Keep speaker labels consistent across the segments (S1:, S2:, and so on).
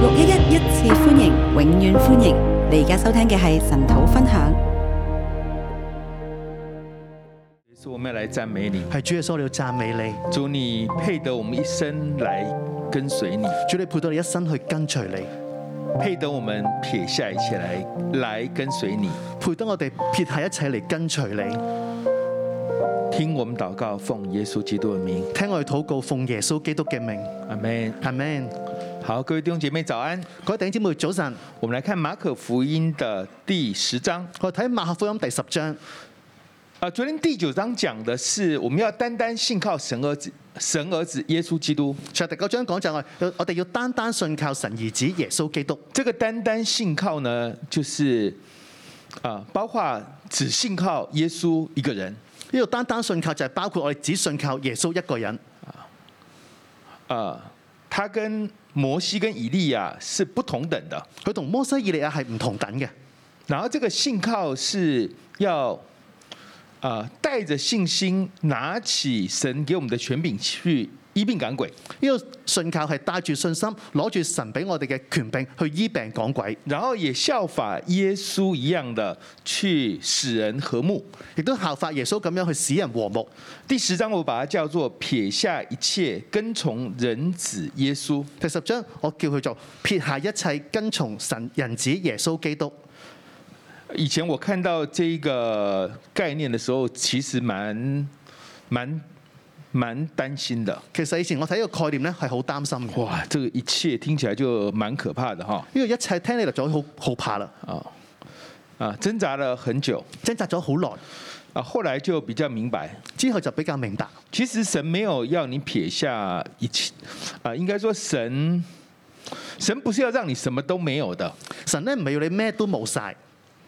S1: 六一一一次歡迎，永遠歡迎！你而家收聽嘅係神土分享。
S2: 主，我們要來讚美你。
S3: 係主耶穌，我哋要讚美你，
S2: 主，你配得我們一生來跟隨你，
S3: 主你配到你一生去跟隨你，
S2: 配得我們撇下一切來來跟隨你。
S3: 配得我哋撇下一切嚟跟隨你。
S2: 听我們禱告，奉耶穌基督的名，
S3: 聽我哋禱告，奉耶穌基督嘅名，
S2: 阿門。
S3: 阿 man。
S2: 好，各位弟兄姐妹早安。
S3: 各位弟兄姊妹早晨，
S2: 我們來看馬可福音的第十章。
S3: 我哋睇馬可福音第十章。
S2: 啊，昨天第九章講的是我們要單單信靠神兒子，神兒子耶穌基督。
S3: 上第九章講就係我我哋要單單信靠神兒子耶穌基督。
S2: 這個單單信靠呢，就是啊，包括只信靠耶穌一個人。
S3: 呢度單單信靠就係包括我哋只信靠耶穌一個人。
S2: 呃，他跟摩西跟以利亞是不同等的。
S3: 佢同摩西以利亞係唔同等嘅。
S2: 然后这个信靠是要，呃，带着信心拿起神给我们的权柄去医病赶鬼，
S3: 呢個信靠係帶住信心，攞住神俾我哋嘅權柄去醫病趕鬼，
S2: 然后也效法耶穌一樣的去使人和睦。
S3: 亦都效法耶穌咁樣去使人和睦。
S2: 第十章我把它叫做撇下一切跟从人子耶穌。
S3: 第十章我叫佢做撇下一切跟從神人子耶穌基督。
S2: 以前我看到这个概念的时候，其实蛮蛮蛮担心的。
S3: 其實以前我睇呢個概念咧係好擔心嘅，
S2: 哇，这个一切听起来就蛮可怕的哈
S3: 呢個一切聽起嚟就好好怕啦，
S2: 啊啊！挣扎了很久
S3: 掙扎咗好耐，
S2: 啊，后来就比较明白，
S3: 之後就比較明白，
S2: 其实神没有要你撇下一切啊，应该说神神不是要让你什么都没有的，
S3: 神咧唔係要你咩都冇晒，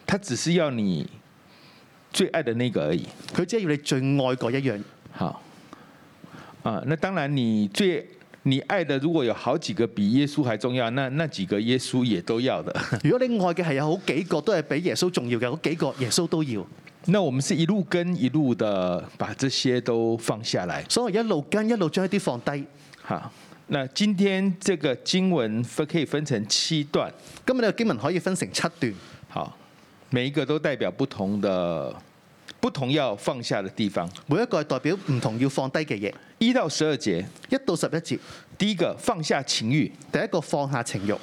S2: 他只是要你最爱的那个而已。
S3: 佢只係要你最愛嗰一樣。
S2: 好啊，那当然你最。你爱的如果有好几个比耶稣还重要，那那几个耶稣也都要的。
S3: 如果你愛嘅係有好幾個都係比耶穌重要嘅，嗰幾個耶穌都要，
S2: 那我们是一路跟一路的把这些都放下来。
S3: 所以我一路跟一路將一啲放低。
S2: 好，那今天这个经文分可以分成七段，
S3: 今日呢個經文可以分成七段，
S2: 好，每一个都代表不同的不同要放下的地方。
S3: 每一個係代表唔同要放低嘅嘢。
S2: 一到十二节，
S3: 一到十一節，
S2: 第一个放下情欲。
S3: 第一個放下情慾。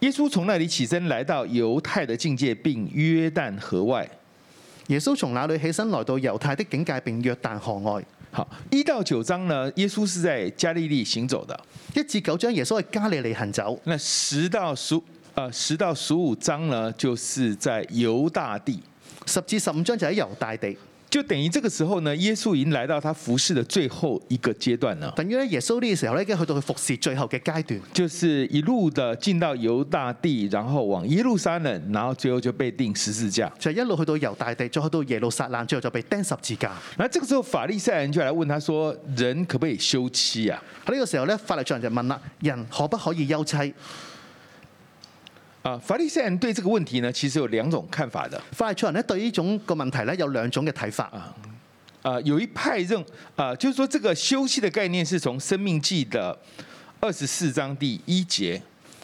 S2: 耶稣从那里起身，来到犹太的境界，并约旦河外。
S3: 耶穌從那裏起身，來到猶太的境界並約旦河外。
S2: 好，一到九章呢，耶稣是在加利利行走的。
S3: 一至九章，耶穌喺加利利行走；
S2: 那十到十呃十到十五章呢，就是在犹大地。
S3: 十至十五章就喺猶大地。
S2: 就等于这个时候呢，耶稣已经来到他服侍的最後一個階段了，
S3: 等於咧，耶穌呢個時候咧，已經去到佢服侍最後嘅階段，
S2: 就是一路的進到猶大地，然後往耶路撒冷，然後最後就被釘十字架。
S3: 就係一路去到猶大地，再去到耶路撒冷，最後就被釘十字架。
S2: 那這個時候法利賽人就來問他說：人可不可以休妻啊？
S3: 喺呢個時候咧，法利賽人就問啦：人可不可以休妻？
S2: 啊，法利賽人對這個問題呢，其實有兩種看法的。
S3: 法利賽人咧對呢種個問題咧有兩種嘅睇法。
S2: 啊，有一派認啊，就是說這個休妻的概念是從《生命記》的二十四章第一節。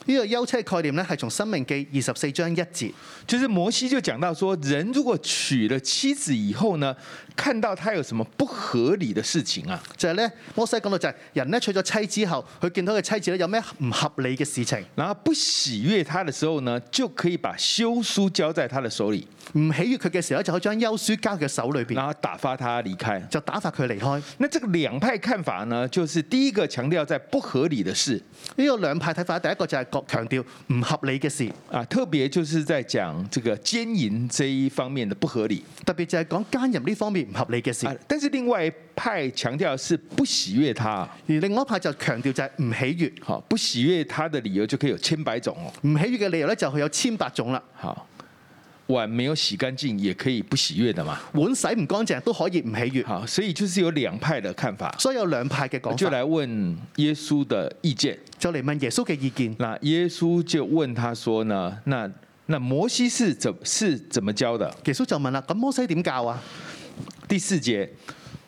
S3: 呢、個休妻嘅概念咧係從《生命記》二十四章一節。
S2: 就是摩西就讲到说，人如果娶了妻子以后呢，看到他有什么不合理的事情啊，
S3: 就係咧，摩西講到就係人咧娶咗妻之後，佢見到佢妻子咧有咩唔合理嘅事情，
S2: 然后不喜悦他的时候呢，就可以把休书交在他的手里，
S3: 唔喜悅佢嘅時候咧，就可以將休書交佢嘅手裏邊，
S2: 然后打发他离开。
S3: 就打發佢離開。呢、
S2: 那这个两派看法呢，就是第一个强调在不合理的事
S3: 個兩派睇法，第一個就係各強調唔合理嘅事，
S2: 啊，特别就是在讲这个奸淫这一方面的不合理
S3: 特別就係講奸淫呢方面唔合理嘅事。
S2: 啊
S3: 而，
S2: 但是另外一派强调是不喜悦他，
S3: 另外一派就強調就係唔喜悅，
S2: 好、不喜悦他的理由就可以有千百种哦。
S3: 唔喜悅嘅理由咧就佢有千百種啦，
S2: 好，碗没有洗干净也可以不喜悦的嘛。
S3: 碗洗唔乾淨都可以唔喜悅，
S2: 好，所以就是有两派的看法，
S3: 所以有兩派嘅講
S2: 就
S3: 法，
S2: 来问耶稣的意见。
S3: 就嚟問耶穌嘅意見。
S2: 那耶稣就问他说呢，那那摩西是怎是怎么教的？
S3: 耶穌就問啦：咁摩西點教啊？
S2: 第四节，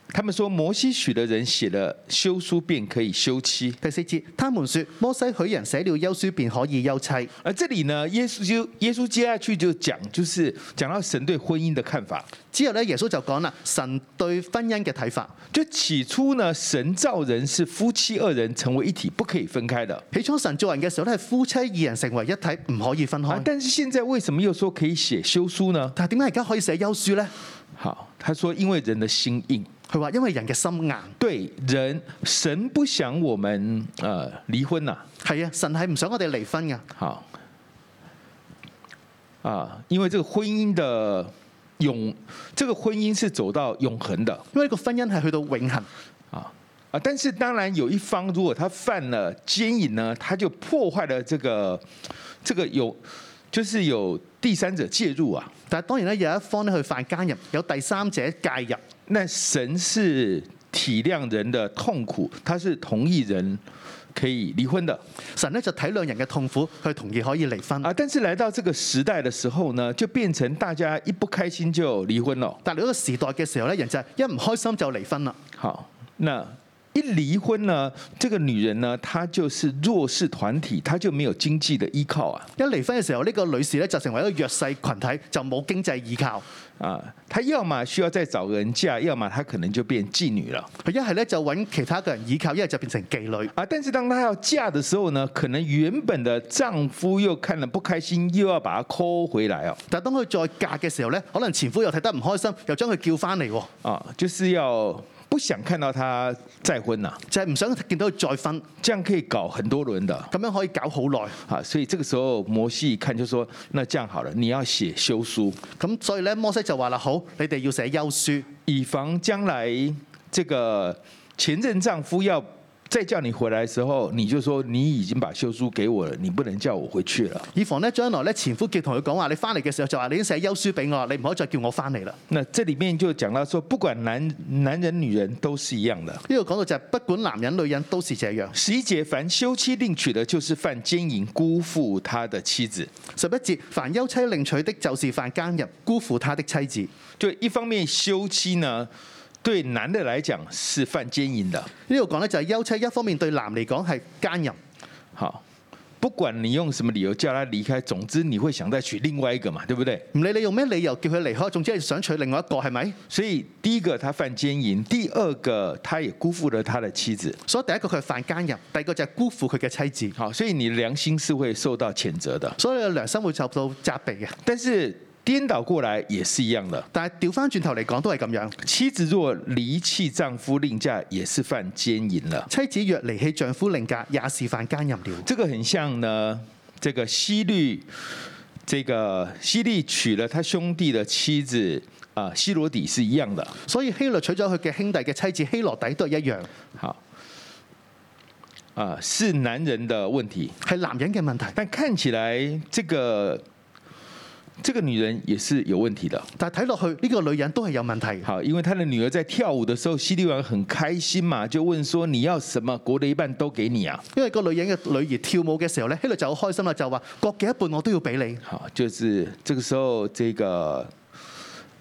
S2: 他们说摩西许了人写了休书，便可以休妻。
S3: 第四節，他們說摩西許人寫了休書，便可以休妻。
S2: 而这里呢，耶稣就耶稣接下去就讲，就是讲到神对婚姻的看法。
S3: 之後咧，耶穌就講啦，神對婚姻嘅睇法。
S2: 就起初呢，神造人是夫妻二人成为一体，不可以分开的。
S3: 起初神造人嘅時候咧，係夫妻二人成為一體，唔可以分
S2: 啊，
S3: 開。
S2: 但是现在为什么又说可以写休书呢？
S3: 但係點解而家可以寫休書呢？
S2: 好，他说因为人的心硬，
S3: 佢話因為人嘅心硬，
S2: 对人神不想我们呃离婚呐、
S3: 係啊，神係唔想我哋離婚㗎。
S2: 好啊，因为这个婚姻的永，这个婚姻是走到永恒的
S3: 因為呢個婚姻係去到永恆。
S2: 啊啊！但是当然有一方如果他犯了奸淫呢，他就破坏了这个这个有就是有第三者介入啊。
S3: 但係當然咧，有一方咧去犯奸淫，有第三者介入。
S2: 那神是体谅人的痛苦，他是同意人可以离婚的
S3: 神咧就體諒人嘅痛苦，佢同意可以離婚。
S2: 啊。但是来到这个时代的时候呢，就变成大家一不开心就离婚了。
S3: 但係嚟到個時代嘅時候咧，人就係一唔開心就離婚啦。
S2: 好，那一离婚呢，这个女人呢，她就是弱势团体，她就没有经济的依靠啊
S3: 一離婚嘅時候，呢、個女士咧就成為一個弱勢群體，就冇經濟依靠。
S2: 啊，她要么需要再找个人嫁，要么她可能就变妓女了
S3: 佢一係咧就揾其他嘅人依靠，一係就變成妓女。
S2: 啊。但是当她要嫁的时候呢，可能原本的丈夫又看了不开心，又要把她抠回来哦，
S3: 但係當佢再嫁嘅時候咧，可能前夫又睇得唔開心，又將佢叫翻嚟喎，
S2: 啊，就是要不想看到她再婚呐、
S3: 就係、唔想見到佢再婚，
S2: 这样可以搞很多轮的。
S3: 咁樣可以搞好耐。
S2: 啊，所以这个时候摩西一看就说：“那这样好了，你要写休书，
S3: 咁所以咧，摩西就話啦：好，你哋要寫休書，
S2: 以防将来这个前任丈夫要再叫你回来的时候，你就说你已经把休书给我了，你不能叫我回去了。
S3: 以防咧將來咧前夫叫同佢講話，你翻嚟嘅時候就話你已經寫休書俾我，你唔可以再叫我翻嚟啦。
S2: 那这里面就讲到说，不管男男人女人都是一样的。
S3: 呢度講到就係不管男人女人都是這樣。
S2: 十一节，凡休妻另娶的，就是犯奸淫，辜负他的妻子。
S3: 十一節，凡休妻另娶的，就是犯奸淫，辜負他的妻子。
S2: 就一方面休妻呢，对男的来讲是犯奸淫的。
S3: 呢度講咧就係休妻，一方面對男嚟講係奸淫，
S2: 好，不管你用什么理由叫他离开，总之你会想再娶另外一个嘛，对不对？
S3: 唔理你用咩理由叫佢離開，總之係想娶另外一個係咪？
S2: 所以第一个他犯奸淫，第二个他也辜负了他的妻子。
S3: 所以第一個佢係犯奸淫，第二個就係辜負佢嘅妻子，
S2: 好，所以你的良心是會受到谴责的。
S3: 所以你嘅良心會受到責備嘅。
S2: 但是颠倒過來也是一樣的，
S3: 但係調翻轉頭嚟講都係咁樣，
S2: 妻子若離棄丈夫另嫁，也是犯奸淫了。
S3: 妻子若離棄丈夫另嫁，也是犯奸淫了。
S2: 这个很像呢，这个希律，这个希律娶了他兄弟的妻子啊、希罗底是一样的。
S3: 所以希律娶咗佢嘅兄弟嘅妻子希羅底都係一樣，
S2: 好，啊、是男人的問題。
S3: 係男人嘅問題。
S2: 但看起来这个这个女人也是有问题的。
S3: 但係睇落去呢、個女人都係有問題嘅。
S2: 好，因为她的女儿在跳舞的时候，西利王很开心嘛，就问说你要什么，国的一半都给你啊。
S3: 因為個女人嘅女兒跳舞嘅時候咧，希律就好開心啦，就話各嘅一半我都要俾你。
S2: 好，就是这个时候，这个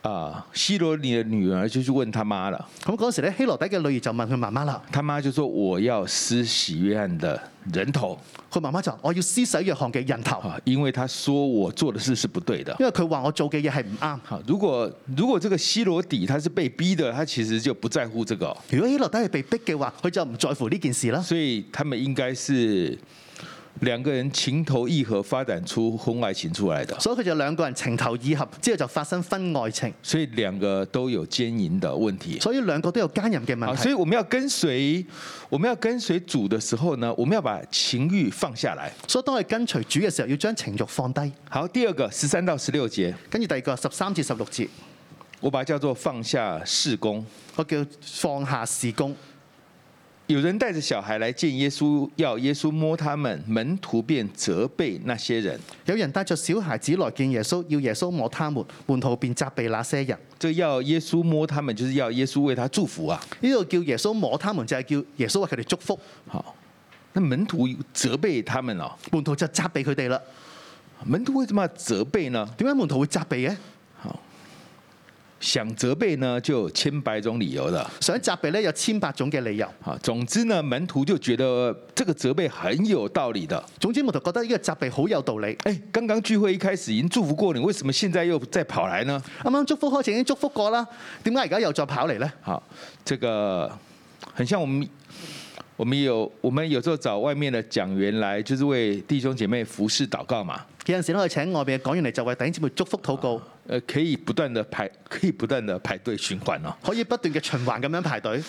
S2: 啊，西罗尼的女儿就去问他妈了，
S3: 咁嗰時咧，希羅底嘅女兒就問佢媽媽啦，
S2: 他妈就说我要施洗约翰的人头
S3: 佢媽媽就話我要施洗約翰嘅人頭，
S2: 啊，因为他说我做的事是不对的。
S3: 因為佢話我做嘅嘢係唔啱。
S2: 好，如果如果这个西罗底他是被逼的，他其实就不在乎这个哦、
S3: 如果希羅底係被逼嘅話，佢就唔在乎呢件事啦。
S2: 所以他们应该是两个人情投意合，发展出婚外情出来的。
S3: 所以佢就兩個人情投意合，之後就發生婚外情，
S2: 所以兩個都有奸淫的問題。
S3: 所以兩個都有奸淫嘅
S2: 好，
S3: 問
S2: 所
S3: 題。
S2: 以我們要跟隨我們要跟隨主的時候呢，我們要把情欲放下來。
S3: 所以當佢跟隨主嘅時候，要將情慾放低。
S2: 好，第二個十三到十六節，
S3: 跟住第二個十三至十六節，
S2: 我把它叫做放下事工。
S3: 我叫放下事工。
S2: 有人带着小孩來見耶穌，要耶穌摸他們，門徒便責備那些人。
S3: 有人帶着小孩子來見耶穌，要耶穌摸他們，門徒便責備那些人。
S2: 這個要耶穌摸他們，就是要耶穌為他祝福啊。
S3: 呢度叫耶穌摸他們，就係叫耶穌為佢哋祝福。
S2: 好，那門徒責備他們哦。
S3: 門徒就責備佢哋啦。
S2: 門徒為什麼要責備呢？
S3: 點解門徒會責備嘅？
S2: 好，想责备呢，就有千百种理由了。
S3: 想責備咧有千百種嘅理由。
S2: 啊，总之呢，门徒就觉得这个责备很有道理的。
S3: 總之，門徒覺得呢個責備好有道理。
S2: 哎，刚刚聚会一开始已经祝福过你，為什麼現在又再跑來呢？
S3: 啱啱祝福開始已經祝福過啦，點解而家又再跑嚟呢？
S2: 好，這個啊很像我們，我們有我們有時候找外面的講員來，就是為弟兄姐妹服侍禱告嘛。
S3: 有陣時咧，我哋請外邊嘅講員嚟就為弟兄姊妹祝福禱告，
S2: 呃，可以不斷的排，可以不斷的排隊循環哦。
S3: 可以不斷嘅循環咁樣排隊。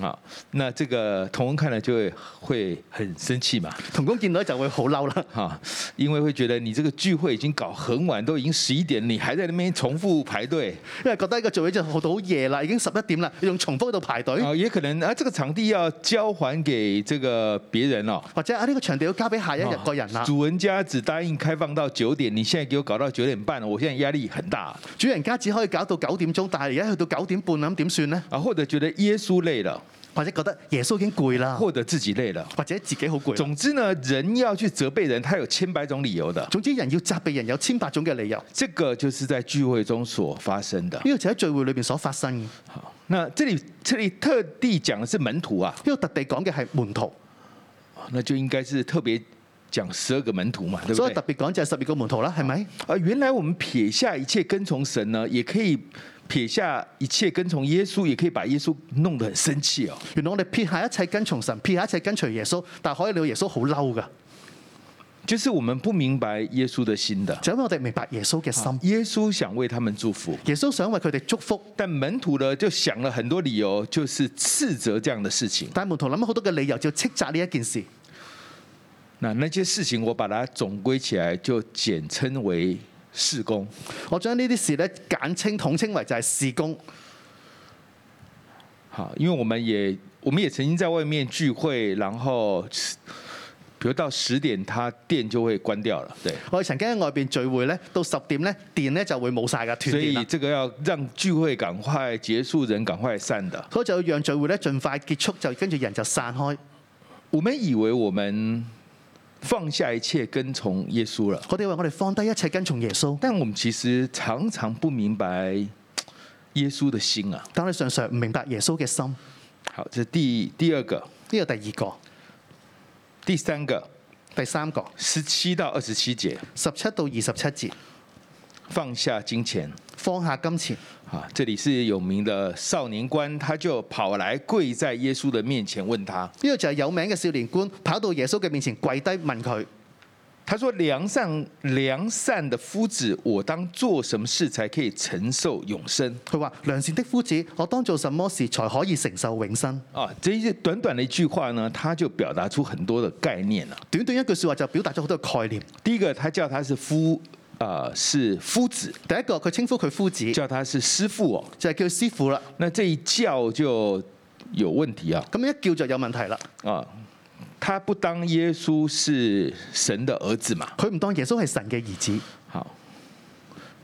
S2: 啊，那這個同文看了就會會很生氣嘛，
S3: 童工見到就會好嬲啦，
S2: 哈、因為會覺得你這個聚會已經搞很晚，都已經十一點，你還在那邊重複排隊。
S3: 因為覺得呢個聚會就好到好夜啦，已經十一點啦，用重複喺度排隊，
S2: 啊，也可能啊，這個場地要交還給這個別人哦。
S3: 或者啊呢個場地要交俾下一日個人啦。
S2: 啊主人家只答應開放到九點，你現在給我搞到九點半，我現在壓力很大
S3: 主人家只可以搞到九點鐘，但係而家去到九點半咁點算呢？
S2: 啊，或者覺得耶穌累了，
S3: 或者覺得耶穌已經攰啦，
S2: 或者自己累了。
S3: 或者自己好攰啦。
S2: 總之呢，人要去責備人，他有千百種理由的，
S3: 總之，人要責備人有千百種嘅理由，呢
S2: 這個就是在聚會中所發生的。
S3: 個就喺聚會裏邊所發生嘅。
S2: 好，那這裡這裡特地講的是門徒啊，
S3: 呢個特地講嘅係門徒，
S2: 那就應該是特別講十二個門徒嘛，對不
S3: 所以特
S2: 對？
S3: 別講就係十二個門徒啦，係咪？
S2: 啊，原來我們撇下一切跟從神呢，也可以撇下一切跟從耶穌，也可以把耶穌弄得很生氣哦。
S3: 原來我哋撇下一切跟從神，撇下一切跟隨耶穌，但係可以令到耶穌好嬲噶，
S2: 就是我們不明白耶穌的心的。啊
S3: 就因為我哋明白耶穌嘅心。
S2: 耶穌想為他們祝福，
S3: 耶穌想為佢哋祝福，
S2: 但門徒呢就想了很多理由，就是斥責這樣的事情。
S3: 但係門徒諗好多嘅理由，就斥責呢一件事。
S2: 那那些事情我把它總歸起來，就簡稱為事工。
S3: 我將呢啲事咧簡稱統稱為就係事工，
S2: 好，因為我們也我們也曾經在外面聚會，然後比如到十點，他店就會關掉了，對。
S3: 我哋曾經喺外邊聚會咧，到十點咧電咧就會冇晒噶，斷
S2: 所
S3: 電
S2: 以
S3: 啦。
S2: 這個要讓聚會趕快結束，人趕快散的。
S3: 所以就要讓聚會咧盡快結束，就跟住人就散開。
S2: 我們以為我們放下一切跟從耶穌了。
S3: 我哋話我哋放低一切跟從耶穌，
S2: 但我们其实常常不明白耶稣的心啊。
S3: 但我哋常常唔明白耶穌嘅心。呢
S2: 好，这是第第二個、
S3: 個第二個、
S2: 第三個，
S3: 第三個，
S2: 十七到二十七節，
S3: 十七到二十七節，
S2: 放下金錢。
S3: 放下金錢。
S2: 啊，这里是有名的少年官，他就跑來跪在耶穌的面前，問他，
S3: 呢個就係有名嘅少年官跑到耶穌嘅面前跪低問佢：
S2: 他說：良善良善的夫子，我當做什麼事才可以承受永生？
S3: 佢話良善的夫子，我當做什麼事才可以承受永生？
S2: 啊，這一短短的一句話呢，他就表達出很多的概念了。
S3: 短短一句説話就表達咗好多概念。
S2: 第一個，他叫他是夫，啊，是夫子，
S3: 第一個佢稱呼佢夫子，
S2: 叫他是師傅哦。
S3: 就係叫師傅啦。
S2: 那這一叫就有問題啊
S3: 咁一叫就有問題啦。
S2: 啊！他不當耶穌是神的兒子嘛？
S3: 佢唔當耶穌係神嘅兒子，
S2: 好，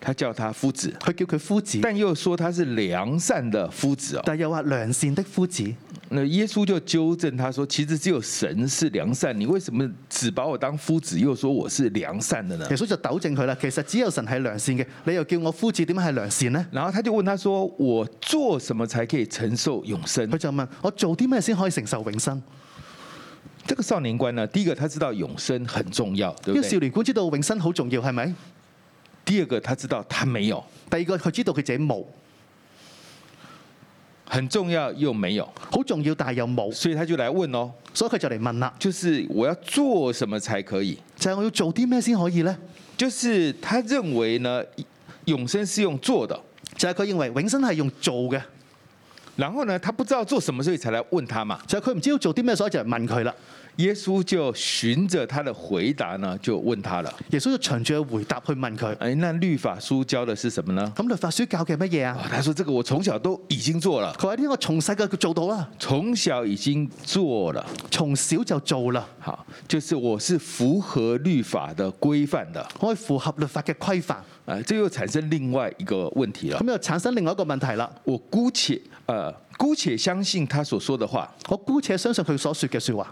S2: 他叫他夫子，
S3: 佢叫佢夫子，
S2: 但又說他是良善的夫子哦。
S3: 但又話良善的夫子。
S2: 那耶穌就糾正他說：“其實只有神是良善，你為什麼只把我當夫子，又說我是良善的呢
S3: 耶穌就糾正佢啦。其實只有神係良善嘅，你又叫我夫子，點解係良善呢？？”
S2: 然後他就問他說：“我做什麼才可以承受永生
S3: 佢就問我做啲咩先可以承受永生？呢、？”
S2: 這個少年官呢，第一個他知道永生很重要，對不
S3: 個少
S2: 對？
S3: 年官知道永生好重要，係咪？
S2: 第二個他知道他沒有，
S3: 第二個佢知道佢自己冇，
S2: 很重要又沒有。
S3: 好重要但係又冇，
S2: 所以他就來問哦，
S3: 所以佢就嚟問啦，
S2: 就是我要做什麼才可以？
S3: 就係、我要做啲咩先可以呢？
S2: 就是他認為呢，永生是用做的，
S3: 就係、佢認為永生係用做嘅，
S2: 然後呢，他不知道做什麼，所以才來問他嘛。
S3: 就係佢唔知道做啲咩，所以就嚟問佢啦。
S2: 耶穌就循着他的回答呢，就問他了。
S3: 耶穌就循住佢回答去問佢，
S2: 哎，那律法書教的是什麼呢？
S3: 咁律法書教嘅乜嘢啊？
S2: 啊，他說這個我從小都已經做了，
S3: 佢話呢個從細嘅佢做到啦，
S2: 從小已經做了。
S3: 從小就做啦，
S2: 好，就是我是符合律法的規範的。
S3: 可以符合律法嘅規範。
S2: 啊，這又產生另外一個問題了
S3: 咁。又產生另外一個問題啦。
S2: 我姑且呃，姑且相信他所說的話。
S3: 我姑且相信佢所說嘅説話。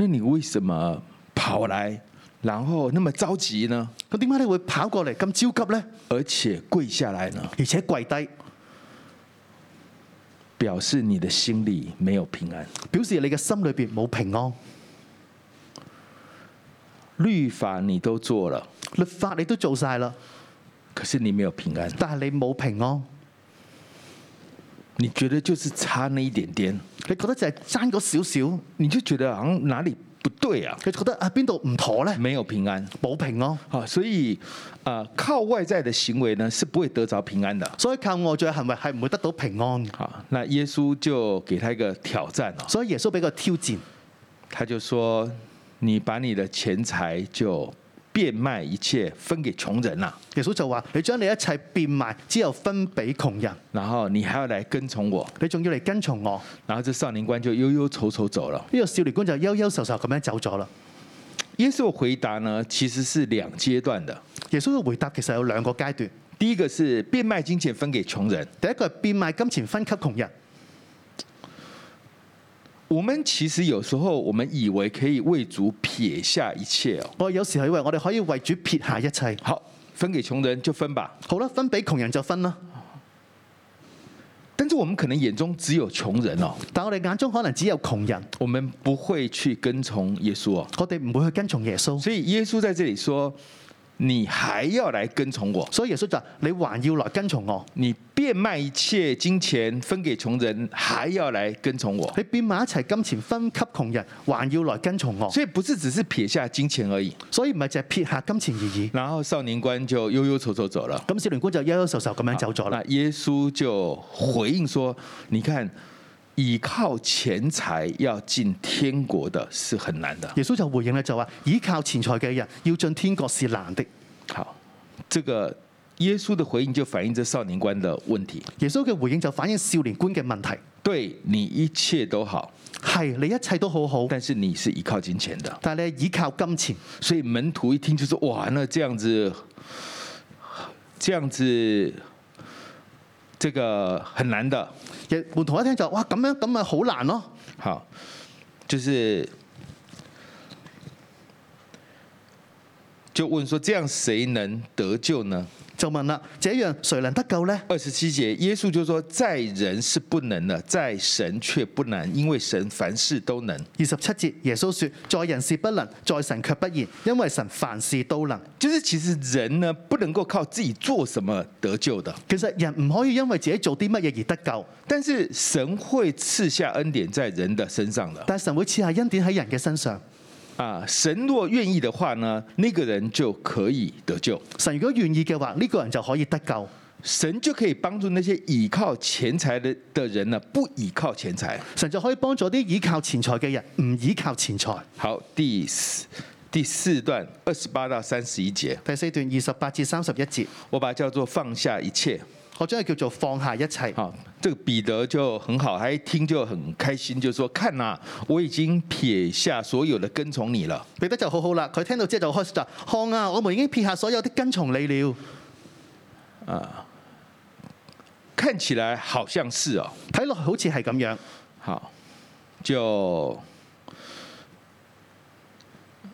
S2: 那你為什麼跑來然后那么着急呢，
S3: 咁點解你會跑過嚟咁焦急呢？
S2: 而且跪下来呢，
S3: 而且跪低，
S2: 表示你的心里没有平安。
S3: 表示你嘅心裏邊冇平安。
S2: 律法你都做了，
S3: 律法你都做晒啦，
S2: 可是你没有平安，
S3: 但係你冇平安。
S2: 你觉得就是差那一点点，
S3: 你覺得就係爭嗰少少，
S2: 你就觉得好像哪里不对啊，
S3: 你覺得啊邊度唔妥呢？
S2: 没有平安。
S3: 冇平安，
S2: 好，所以啊、呃靠外在的行为呢是不会得着平安的。
S3: 所以靠外在嘅行為係唔會得到平安嘅。
S2: 好，那耶稣就给他一个挑战哦，
S3: 所以耶穌俾個挑戰，
S2: 他就说：“你把你的钱财就变卖一切，分给穷人啦、
S3: 耶穌就話：你將你一切變賣之後分俾窮人，
S2: 然後你還要來跟從我。
S3: 你仲要嚟跟從我。呢、
S2: 然後這少年官就憂憂愁愁走了。
S3: 個少年官就憂憂愁愁咁樣走咗啦。
S2: 耶稣的回答呢，其實是兩階段的。
S3: 耶穌嘅回答其實有兩個階段，
S2: 第一個是變賣金錢分給窮人。
S3: 第一個係變賣金錢分給窮人。
S2: 我們其實有時候我們以為可以為主撇下一切哦，
S3: 我有時係以為我哋可以為主撇下一切。
S2: 好，分給窮人就分吧。
S3: 好啦，分俾窮人就分啦。
S2: 但是我們可能眼中只有窮人哦，
S3: 但我哋眼中可能只有窮人，
S2: 我們不會去跟從耶穌哦。
S3: 我哋唔會去跟從耶穌。
S2: 所以耶穌在這裡說：“你還要來跟從我，
S3: 所以耶穌就話：你還要來跟從我，
S2: 你變賣一切金錢分給窮人，還要來跟從我。”
S3: 你變埋一齊金錢分給窮人，還要來跟從我。
S2: 所以不是只是撇下金錢而已。
S3: 所以唔係淨係撇下金錢而已。
S2: 然後少年官就憂憂愁愁走了。
S3: 咁少年官就憂憂愁愁咁樣走咗啦
S2: 那。耶穌就回應說：“你看，倚靠錢財要進天國的是很難的。
S3: 耶穌就回應咧就話：倚靠錢財嘅人要進天國是難的。”
S2: 好，這個耶穌的回應就反映這少年官的問題。
S3: 耶穌嘅回應就反映少年官嘅問題：
S2: 對你一切都好，
S3: 係你一切都好好，
S2: 但是你是依靠金錢的。
S3: 但係你係倚靠金錢。
S2: 所以門徒一聽就說：“哇，那這樣子，這樣子，這個很難的。”
S3: 耶門徒一聽就哇咁樣咁咪好難咯。
S2: 好，就是就问说，这样谁能得救呢？
S3: 就問啦：這樣誰能得救呢？
S2: 二十七节，耶稣就说，在人是不能的，在神却不难，因为神凡事都能。
S3: 二十七節，耶穌說：在人是不能，在神卻不然，因為神凡事都能。
S2: 就是其实人呢，不能够靠自己做什么得救的，
S3: 其實人唔可以因為自己做啲乜嘢而得救，
S2: 但是神会赐下恩典在人的身上的。
S3: 但神會賜下恩典喺人嘅身上。
S2: 啊，神若愿意的话呢，那个人就可以得救，
S3: 神如果願意嘅話，呢、個人就可以得救。
S2: 神就可以帮助那些倚靠钱财的的人呢，不倚靠钱财。
S3: 神就可以幫助啲倚靠錢財嘅人，唔倚靠錢財。
S2: 好，第四第四段二十八到三十一节，
S3: 第四段二十八至三十一節，
S2: 我把它叫做放下一切。
S3: 我將佢叫做放下一切。
S2: 好，这个彼得就很好，他一听就很开心，就说：“看呐、我已经撇下所有的跟從你了。
S3: 彼得就好好啦，佢聽到之後就開始就話看啊，我們已經撇下所有的跟從你了。啊
S2: 看起来好像是哦，
S3: 睇落去好似係咁樣，
S2: 好，就。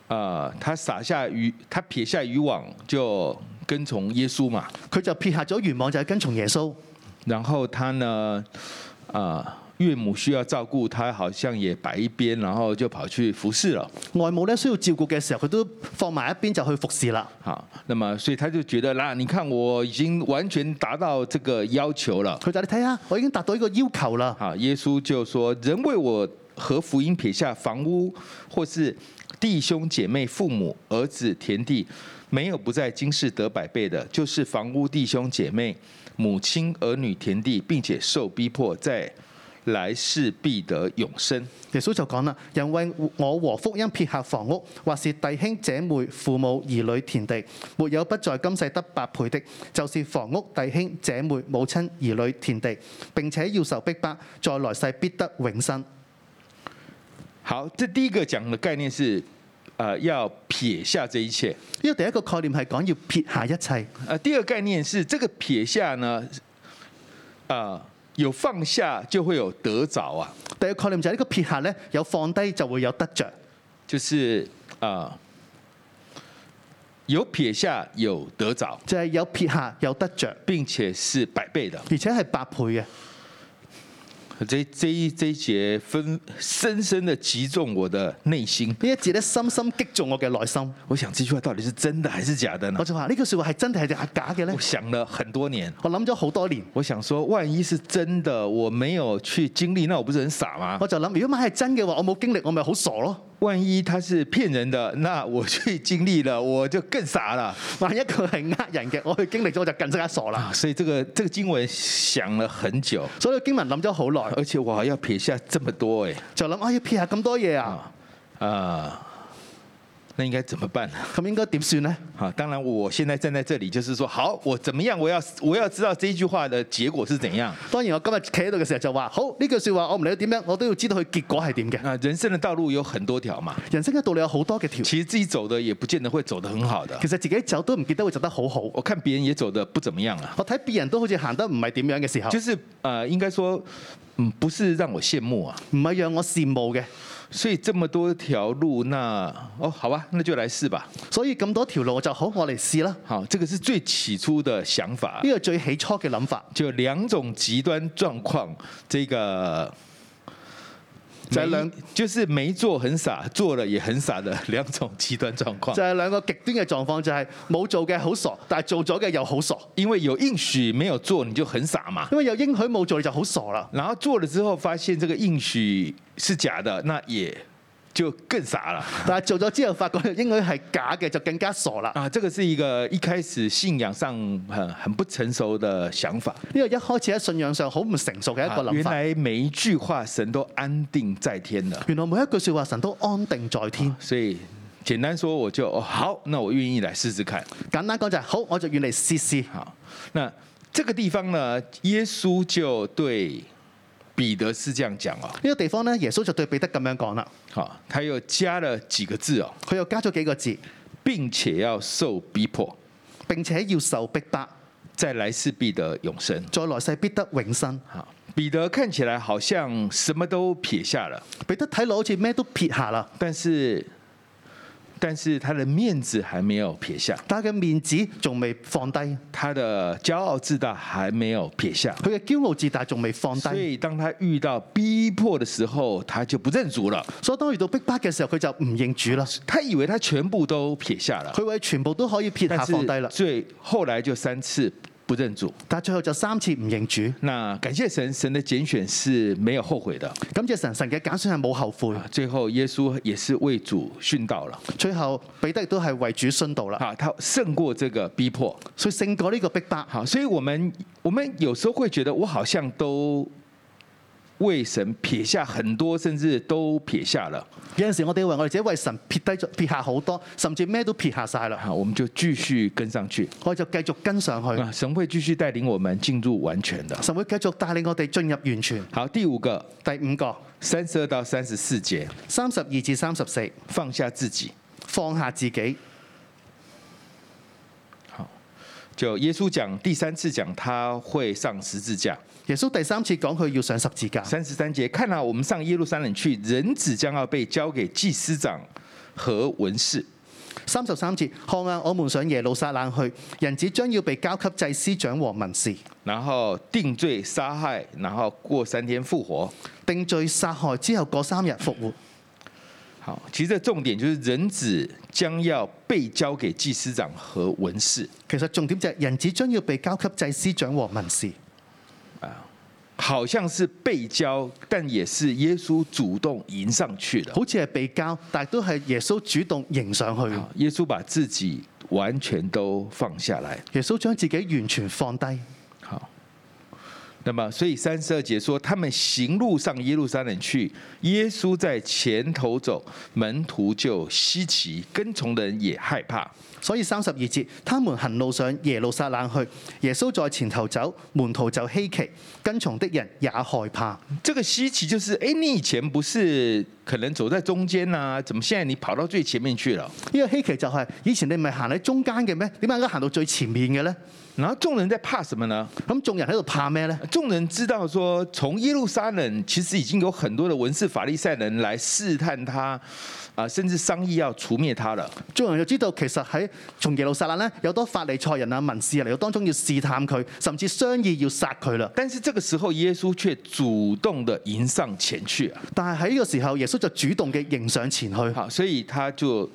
S2: 呃，他撒下渔，他撇下渔网，就跟從耶稣嘛。
S3: 佢就撇下咗願望，就係跟從耶穌。
S2: 然后他呢，呃，岳母需要照顾，他好像也摆一边，然后就跑去服侍了。
S3: 外母咧需要照顧嘅時候，佢都放埋一邊就去服侍啦。
S2: 好，那么所以他就觉得啦，你看我已经完全达到这个要求了。
S3: 佢就話你睇下，我已經達到呢個要求啦。
S2: 好，耶稣就说：“人为我和福音撇下房屋，或是弟兄姐妹、父母、儿子、田地，没有不在今世得百倍的，就是房屋、弟兄姐妹、母亲、儿女、田地，并且受逼迫，在来世必得永生。”
S3: 耶穌就講啦：人為我和福音撇下房屋，或是弟兄姐妹、父母、兒女、田地，沒有不在今世得百倍的，就是房屋、弟兄姐妹、母親、兒女、田地。並且要受逼迫，在來世必得永生。
S2: 好，这第一个讲的概念是，呃，要撇下这一切。
S3: 呢個第一個概念係講要撇下一切。
S2: 呃，第二个概念是这个撇下呢，呃，有放下就会有得着啊，
S3: 第二個概念就係呢個撇下呢，有放低就會有得着，
S2: 就是呃，有撇下，有得着，
S3: 就係有撇下有得着，
S2: 并且是百倍的。
S3: 而且係百倍嘅。
S2: 这这一这一节分深深的击中我的内心。
S3: 呢一節咧深深擊中我嘅內心，
S2: 我想这句话到底是真的还是假的呢
S3: 我？就話呢句説話係真定係假嘅呢
S2: 我？想了很多年，
S3: 我諗咗好多年，
S2: 我想说，万一是真的，我没有去經歷，那我不是很傻吗？
S3: 我就諗如果買係真嘅話，我冇經歷，我咪好傻咯。
S2: 万一他是骗人的，那我去經歷了，我就更傻了。
S3: 萬一佢係呃人嘅，我去經歷咗我就更加傻啦。
S2: 啊所以這個這個經文想了很久，
S3: 所以經文諗咗好耐，
S2: 而且我還要撇下這麼多哎、
S3: 就諗啊要撇下咁多嘢啊，
S2: 啊啊，那應該怎麼辦呢？
S3: 咁應該點 算呢？
S2: 啊，當然，我現在站在這裡，就是說，好，我怎麼樣？我要我要知道這一句話的結果是怎樣。
S3: 當然我今日企喺度嘅時候就話：好呢句説話，我唔理佢點樣，我都要知道佢結果係點嘅。
S2: 啊，人生的道路有很多條嘛，
S3: 人生嘅道理有好多嘅條，
S2: 其實自己走的也不見得會走得很好的
S3: 其。實自己走都唔見得會走得好好。
S2: 我看別人也走得不怎麼樣啊，
S3: 我睇別人都好似行得唔係點樣嘅時候，
S2: 就是呃，應該說，嗯，不是讓我羨慕啊。
S3: 唔係讓我羨慕嘅。
S2: 所以這麼多條路，那哦，好吧，那就來試吧。
S3: 所以咁多條路我就好，我嚟試啦。
S2: 好，這個是最起初的想法
S3: 呢，個最起初嘅諗法
S2: 就兩種極端狀況，這個
S3: 就係兩
S2: 沒就是沒做很傻，做了也很傻的兩種極端狀況
S3: 就。係兩個極端嘅狀況，就係冇做嘅好傻，但係做咗嘅又好傻。
S2: 因為有應許沒有做，你就很傻嘛。
S3: 因為有應許冇做，你就好傻啦。
S2: 然後做了之後，發現這個應許是假的，那也就更傻了。
S3: 但係做咗之後，發覺應許係假嘅，就更加傻啦。
S2: 啊，這個是一個一開始信仰上很很不成熟的想法。
S3: 呢個一開始喺信仰上好唔成熟嘅一個
S2: 啊
S3: 諗
S2: 原
S3: 法。
S2: 來每一句話神都安定在天的，
S3: 原來每一句説話神都安定在天。
S2: 所以簡單說，我就哦好，那我願意來試試看。
S3: 簡單講就係、好，我就要嚟試試。
S2: 好，那這個地方呢，耶穌就對彼得是這樣講哦。
S3: 呢個地方咧，耶穌就對彼得咁樣講啦，
S2: 好，他又加了幾個字哦，
S3: 佢又加咗幾個字，
S2: 並且要受逼迫，
S3: 並且要受逼迫，
S2: 再來世必得永生。
S3: 再來世必得永生。
S2: 好，彼得看起來好像什麼都撇下了，
S3: 彼得睇落好似咩都撇下啦，
S2: 但是，但是他的面子還沒有撇下，
S3: 但係佢面子仲未放低，佢
S2: 他的驕傲自大還沒有撇下。
S3: 嘅驕傲自大仲未放
S2: 所
S3: 低，
S2: 以，當他遇到逼迫的時候，他就不認主了。
S3: 所以當遇到逼迫嘅時候，佢就唔認主啦，
S2: 他以為他全部都撇下了，
S3: 佢會全部都可以撇下
S2: 但
S3: 放低
S2: 是
S3: 啦，
S2: 最後來就三次不認主。
S3: 但係最後就三次唔認主。
S2: 那感謝神，神的揀選是沒有後悔的。
S3: 感謝神，神嘅揀選係冇後悔
S2: 啊。最後耶穌也是為主殉道了，
S3: 最後彼得亦都係為主殉道啦，
S2: 啊，他勝過這個逼迫。
S3: 所以勝過呢個逼迫。
S2: 好，所以我們我們有時候會覺得，我好像都為神撇下很多，甚至都撇下了。
S3: 有陣時我哋以為我哋自己為神撇低咗撇下好多，甚至咩都撇下晒啦，
S2: 啊好，我們就繼續跟上去。
S3: 我就繼續跟上去。
S2: 啊，神會繼續帶領我們進入完全的。
S3: 神會繼續帶領我哋進入完全。
S2: 好，第五個
S3: 第五個，
S2: 三十二到三十四節，
S3: 三十二至三十四，
S2: 放下自己。
S3: 放下自己。
S2: 就耶穌講第三次講他會上十字架，
S3: 耶穌第三次講佢要上十字架。
S2: 三十三節，看啊，我們上耶路撒冷去，人子將要被交給祭司長和文士。
S3: 三十三節，看啊，我們上耶路撒冷去，人子將要被交給祭司長和文士，
S2: 然後定罪殺害，然後過三天復活。
S3: 定罪殺害之後過三日復活。
S2: 好，其實這重點就是人子將要被交給祭司長和文士。
S3: 其實重點就係人子將要被交給祭司長和文士，
S2: 啊好像是被交，但也是耶穌主動迎上去的。
S3: 好似係被交，但係都係耶穌主動迎上去。
S2: 好啊耶穌把自己完全都放下來。
S3: 耶穌將自己完全放低。
S2: 好，那么所以三十二節說，他們行路上耶路撒冷去，耶穌在前头走，门徒就稀奇，跟从的人也害怕。
S3: 所以三十二節，他們行路上耶路撒冷去，耶穌在前頭走，門徒就稀奇，跟從的人也害怕。
S2: 这个稀奇就是，哎，你以前不是可能走在中间呐、怎么现在你跑到最前面去了？
S3: 呢個希奇就係、以前你唔係行喺中間嘅咩？點解而家行到最前面嘅咧？
S2: 然后众人在怕什么呢？
S3: 咁眾人喺度怕咩咧？
S2: 众人知道说，从耶路撒冷其实已经有很多的文士法利赛人来试探他，啊、甚至商议要除灭他了。
S3: 眾人就知道其實喺從耶路撒冷咧，有多法利賽人啊、文士人嚟到當中要試探佢，甚至商議要殺佢啦。
S2: 但是这个时候，耶稣却主动的迎上前去啊！
S3: 但係喺呢個時候，耶穌就主動嘅迎上前去，
S2: 好，所以他就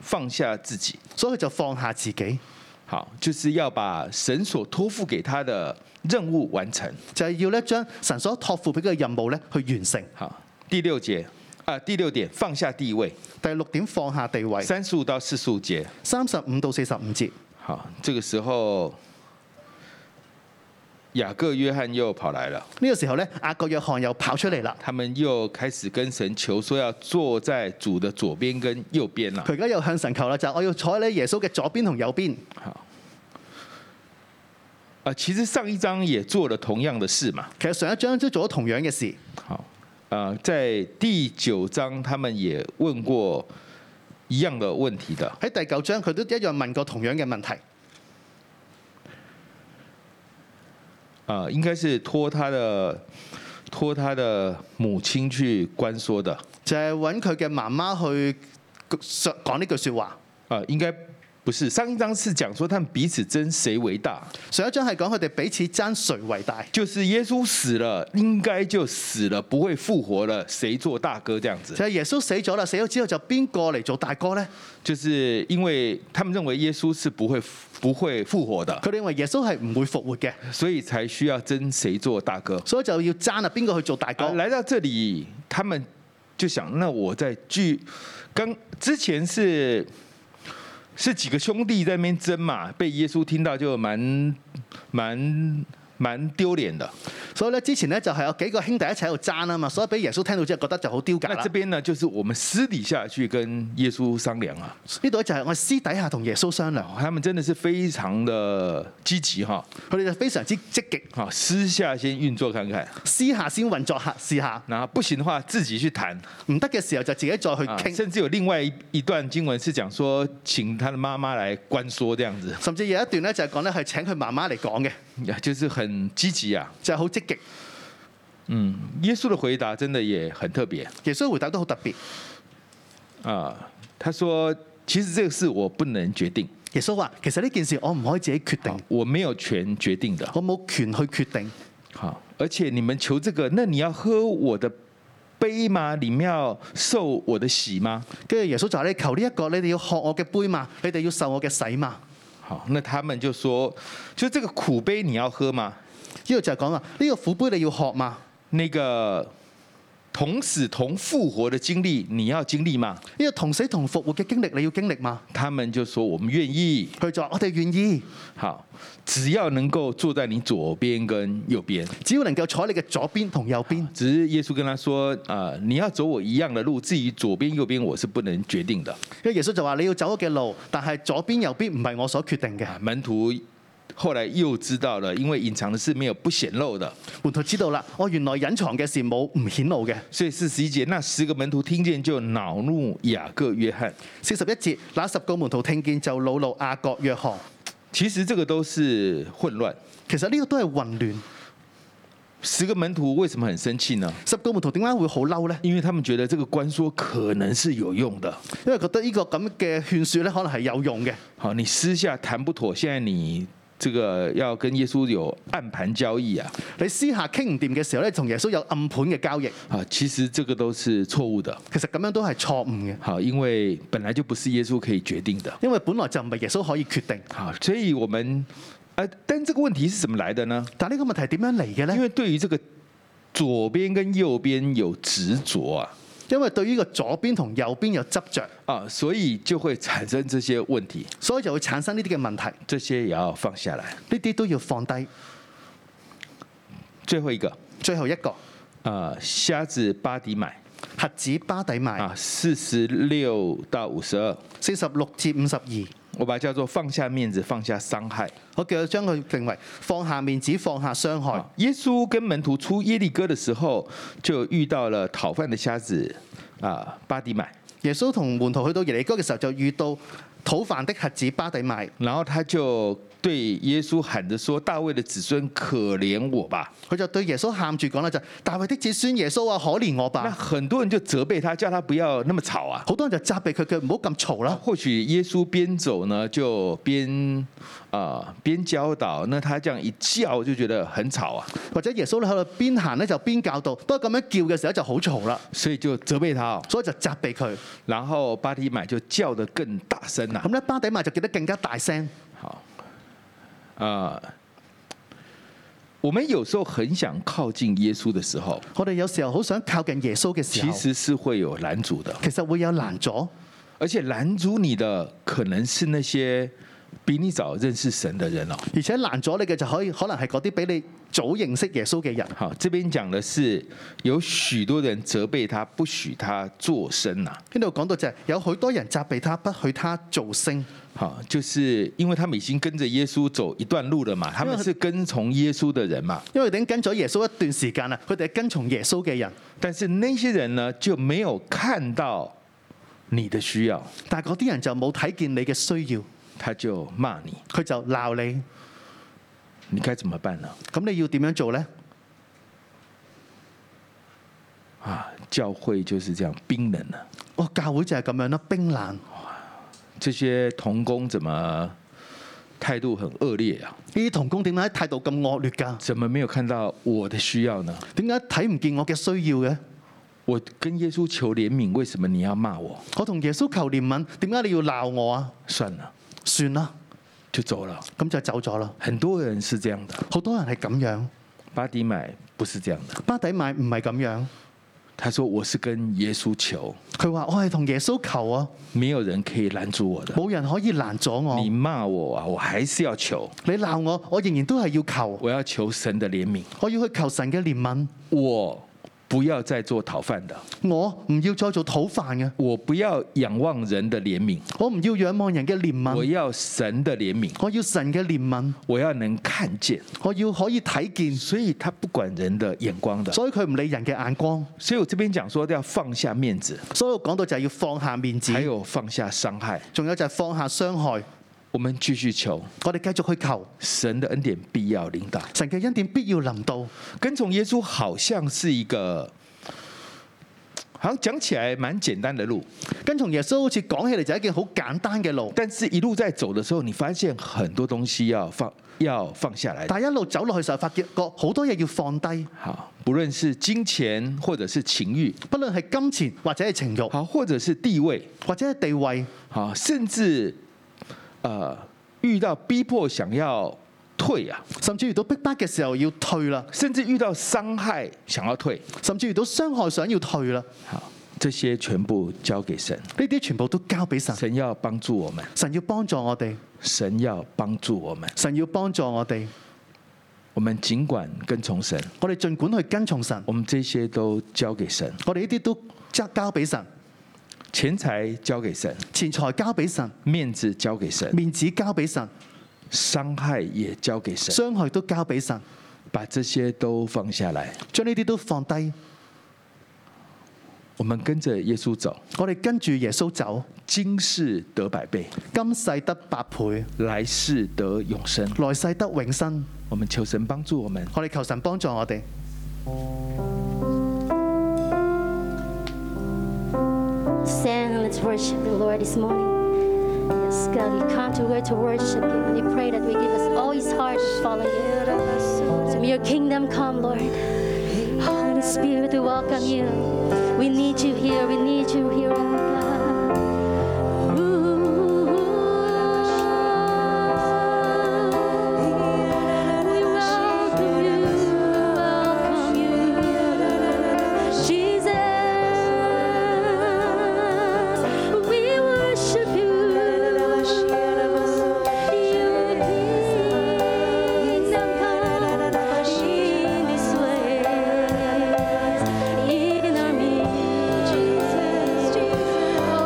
S2: 放下自己，
S3: 所以佢就放下自己，
S2: 好，就是要把神所托付给他的任务完成。
S3: 就係、要咧將神所托付俾佢嘅任務咧去完成。
S2: 好，第六节啊、第六点放下地位，
S3: 第六點放下地位，
S2: 三十五到四十五节。
S3: 三十五到四十五節。
S2: 好，这个时候雅各、约翰又跑来了，
S3: 呢、個時候咧，雅各約翰又跑出嚟啦。
S2: 他们又开始跟神求说要坐在主的左边跟右边了
S3: 佢。而家又向神求啦，就係我要坐喺你耶穌嘅左邊同右邊。
S2: 好，啊，其实上一章也做了同樣的事嘛。
S3: 其實上一章都做咗同樣嘅事。
S2: 好，啊，在第九章他们也问过一樣的問題的。
S3: 喺第九章佢都一樣問過同樣嘅問題，
S2: 啊，應該是托他的托他的母親去關說的，
S3: 就係揾佢嘅媽媽去講呢句説話。
S2: 啊，應該不是上一章是講說他們彼此爭誰為大，
S3: 上一章係講佢哋彼此爭誰為大，
S2: 就是耶穌死了，應該就死了，不會復活了，誰做大哥這樣子
S3: 就。係耶穌死咗啦，死咗之後就邊個嚟做大哥呢？
S2: 就是因為他們認為耶穌是不會不會復活的，
S3: 佢哋認為耶穌係唔會復活嘅，
S2: 所以才需要爭誰做大哥。
S3: 所以就要爭啊邊個去做大
S2: 啊，
S3: 哥。
S2: 来到這裡，他們就想，那我在聚，刚之前是是幾個兄弟在那邊爭嘛，被耶穌聽到就蠻蠻蠻丟臉的。
S3: 所以咧之前呢，就係有幾個兄弟一齊喺度爭啊嘛，所以俾耶穌聽到之後覺得就好丟架
S2: 那
S3: 啦
S2: 這。邊呢，就是我們私底下去跟耶穌商量啊，
S3: 呢度呢就係我私底下同耶穌商量，
S2: 哦他們真的是非常的積極哈，
S3: 佢哋就非常之積極，
S2: 好私下先運作看看，
S3: 私下先運作下試下，
S2: 然後不行的話自己去談。
S3: 唔得嘅時候就自己再去
S2: 啊
S3: 傾。
S2: 甚至有另外一一段經文是講說，請他的媽媽來關說這樣子，
S3: 甚至有一段咧就係講咧係請佢媽媽嚟講嘅，
S2: 就是很積極啊。
S3: 就係好積極。
S2: 嗯，耶穌的回答真的也很特別
S3: 耶穌回答都好特別。
S2: 啊。他說：“其實這個事我不能決定，
S3: 耶穌話：其實呢件事我唔可以自己決
S2: 好
S3: 定，
S2: 我沒有權決定的。
S3: 我冇權去決定。
S2: 好，而且你們求這個，那你要喝我的杯嗎？你們要受我的洗嗎？
S3: 跟住耶穌就話：你求呢、一個，你哋要喝我嘅杯嘛，你哋要受我嘅洗嘛。
S2: 好，那他們就說：就這個苦杯你要喝嗎？
S3: 呢度就係講話呢個苦杯你要喝嘛，
S2: 那個同死同復活的經歷你要經歷嗎？”
S3: 呢、個同死同復活嘅經歷你要經歷嘛。
S2: 他們就說：“我們願意。
S3: 佢就話：我哋願意，”
S2: 好，只要能夠坐在你左邊跟右邊。
S3: 只要能夠坐喺你嘅左邊同右邊。
S2: 只是耶穌跟他說：“啊、你要走我一樣的路，至於左邊右邊，我是不能決定的。
S3: 跟住耶穌就話：你要走我嘅路，但係左邊右邊唔係我所決定嘅。
S2: 啊”門徒後來又知道了，因為隱藏的事沒有不顯露的，
S3: 門徒知道啦，我原來隱藏嘅事冇唔顯露嘅。
S2: 所以四十一節，那十個門徒聽見就惱怒雅各、約翰。
S3: 四十一節，那十個門徒聽見就惱怒雅各、約翰。
S2: 其實這個都是混亂。
S3: 其實呢個都係混亂。
S2: 十個門徒為什麼很生氣呢？
S3: 十個門徒點解會好嬲呢？
S2: 因為他們覺得這個關說可能是有用的。
S3: 因為覺得呢個咁嘅勸説咧，可能係有用嘅。
S2: 好，你私下談不妥，現在你這個要跟耶穌有暗盤交易啊！
S3: 你私下傾唔掂嘅時候咧，同耶穌有暗盤嘅交易，
S2: 啊，其實這個都是錯誤的。
S3: 其實咁樣都係錯誤嘅，
S2: 好，因為本來就不是耶穌可以決定的。
S3: 因為本來就唔係耶穌可以決定。
S2: 好，所以我們，呃，但這個問題是怎麼來的呢？
S3: 但呢個問題點樣嚟嘅
S2: 因
S3: 呢？
S2: 為對於這個左邊跟右邊有執着啊，
S3: 因為對於呢個左邊同右邊有執着，
S2: 啊，所以就會產生這些問題，
S3: 所以就會產生呢啲嘅問題。
S2: 這些也要放下來。
S3: 呢啲都要放低。
S2: 最後一個，
S3: 最後一個
S2: 呃，瞎子巴迪買
S3: 核子巴底賣
S2: 啊，四十六到五十二，
S3: 四十六至五十二，
S2: 我把它叫做放下面子，放下傷害。
S3: 我叫佢將佢定為放下面子、放下傷害。
S2: 啊耶穌跟門徒出耶利哥的時候，就遇到了討飯的瞎子啊巴迪买，
S3: 耶穌同門徒去到耶利哥嘅時候，就遇到討飯的瞎子巴底賣，
S2: 然后他就对耶穌喊着说：“大卫的子孫，可憐我吧
S3: 佢就對耶穌喊住講啦，就大衛的子孫耶穌啊，可憐我！”
S2: 那
S3: 吧！
S2: 很多人就責備他，叫他不要那么吵啊。
S3: 好多人就責備佢，佢唔好咁嘈啦。
S2: 或许耶穌边走呢，就边啊边教导，那他这样一叫就觉得很吵啊，
S3: 或者耶穌咧喺度邊行咧就邊教導，不過咁樣叫嘅時候就好嘈啦，
S2: 所以就責備他哦。
S3: 所以就責備佢。
S2: 然后巴迪买就叫得更大声了、
S3: 咁咧巴底賣就叫得更加大聲。
S2: 好，呃，我们有时候很想靠近耶穌的時候，
S3: 我哋有時候好想靠近耶穌嘅時
S2: 其
S3: 候，
S2: 實是會有攔阻的，
S3: 其實會有難阻，
S2: 而且攔阻你的可能是那些比你早認識神的人哦。
S3: 而且難阻你嘅就可以可能係嗰啲俾你早認識耶穌嘅人。
S2: 好，这边讲的是有许多人責備他，不許他啊作聲呐、
S3: 呢度講到就係有許多人責備他，不許他做聲，
S2: 好，就是因為他們已經跟着耶穌走一段路了嘛，他們是跟從耶穌的人嘛。
S3: 因為佢哋已經跟咗耶穌一段時間啦，佢哋係跟從耶穌嘅人，
S2: 但是那些人呢，就沒有看到你的需要，
S3: 但係嗰啲人就冇睇見你嘅需要，
S2: 他就罵你，
S3: 佢就鬧你。
S2: 你該怎麼辦呢？
S3: 咁你要點樣做呢？
S2: 啊，教會就是這樣冰冷啊了、
S3: 哇！哦教會就係咁樣啦，冰冷。
S2: 这些童工怎麼態度很惡劣啊？
S3: 呢啲童工點解態度咁惡劣㗎？
S2: 怎麼沒有看到我的需要呢？
S3: 點解睇唔見我嘅需要嘅？
S2: 我跟耶穌求憐憫，為什麼你要罵我？
S3: 我同耶穌求憐憫，點解你要鬧我啊？
S2: 算了，
S3: 算啦，
S2: 就走了。
S3: 咁就走咗啦。
S2: 很多人是這樣的，
S3: 好多人係咁樣，
S2: 巴迪買不是這樣的。
S3: 巴底買唔係咁樣。
S2: 他說我是跟耶穌求，
S3: 佢話：我係同耶穌求啊，
S2: 沒有人可以攔阻我的。
S3: 冇人可以攔阻我。
S2: 你罵我啊，我還是要求，
S3: 你鬧我，我仍然都係要求，
S2: 我要求神的憐憫，
S3: 我要去求神嘅憐憫。
S2: 我不要再做討飯的，
S3: 我哦唔要再做討飯嘅，
S2: 我不要仰望人的憐憫。
S3: 我唔要仰望人嘅憐
S2: 我
S3: 憫，
S2: 要神的憐憫，
S3: 我要神嘅憐憫，
S2: 我要能看見，
S3: 我要可以睇見。
S2: 所以他不管人的眼光的。
S3: 所以佢唔理人嘅眼光，
S2: 所以我這邊講說要放下面子，
S3: 所以我講到就係要放下面子，
S2: 還有放下傷害。
S3: 仲有就係放下傷害。
S2: 我們繼續求
S3: 我哋繼續去求
S2: 神的恩典必要領導。
S3: 神嘅恩典必要臨到。
S2: 跟從耶穌好像是一個，好像講起來蠻簡單的路，
S3: 跟從耶穌好似講起嚟就係一件好簡單嘅路，
S2: 但是一路在走的時候，你發現很多東西要放要放下來。
S3: 但係一路走落去時候，發覺好多嘢要放低，
S2: 好，不論是金錢或者是情欲，
S3: 不論係金錢或者係情慾，
S2: 好或者是地位，
S3: 或者係地位，
S2: 好，甚至呃遇到逼迫想要退啊，
S3: 甚至遇到逼迫嘅時候要退啦，
S2: 甚至遇到伤害想要退，
S3: 甚至遇到傷害想要退啦，
S2: 好，这些全部交给神，
S3: 呢啲全部都交俾神。
S2: 神要帮助我们，
S3: 神要幫助我哋，
S2: 神要帮助我们，
S3: 神要幫助我哋，
S2: 我们尽管跟从神，
S3: 我哋盡管去跟從神，
S2: 我们这些都交给神，
S3: 我哋呢啲都交交俾神，
S2: 钱财交给神，
S3: 錢財交俾神，
S2: 面子交给神，
S3: 面子交俾神，
S2: 伤害也交给神，
S3: 傷害都交俾神，
S2: 把这些都放下来，
S3: 將呢啲都放低。
S2: 我们跟着耶稣走，
S3: 我哋跟住耶穌走，
S2: 今世得百倍，
S3: 今世得百倍，
S2: 来世得永生。
S3: 來世得永生。
S2: 我们求神帮助我们。
S3: 我哋求神幫助我哋。
S4: stand and let's worship the Lord this morning. Yes, God, we come to where to worship you. And we pray that we give us all his heart to follow you. So may your kingdom come, Lord. Holy Spirit, we welcome you. We need you here. We need you here, oh God. Ooh, we welcome you, welcome you, Jesus. We worship you. Your kingdom come in this way, in our midst, Jesus. Jesus. Oh.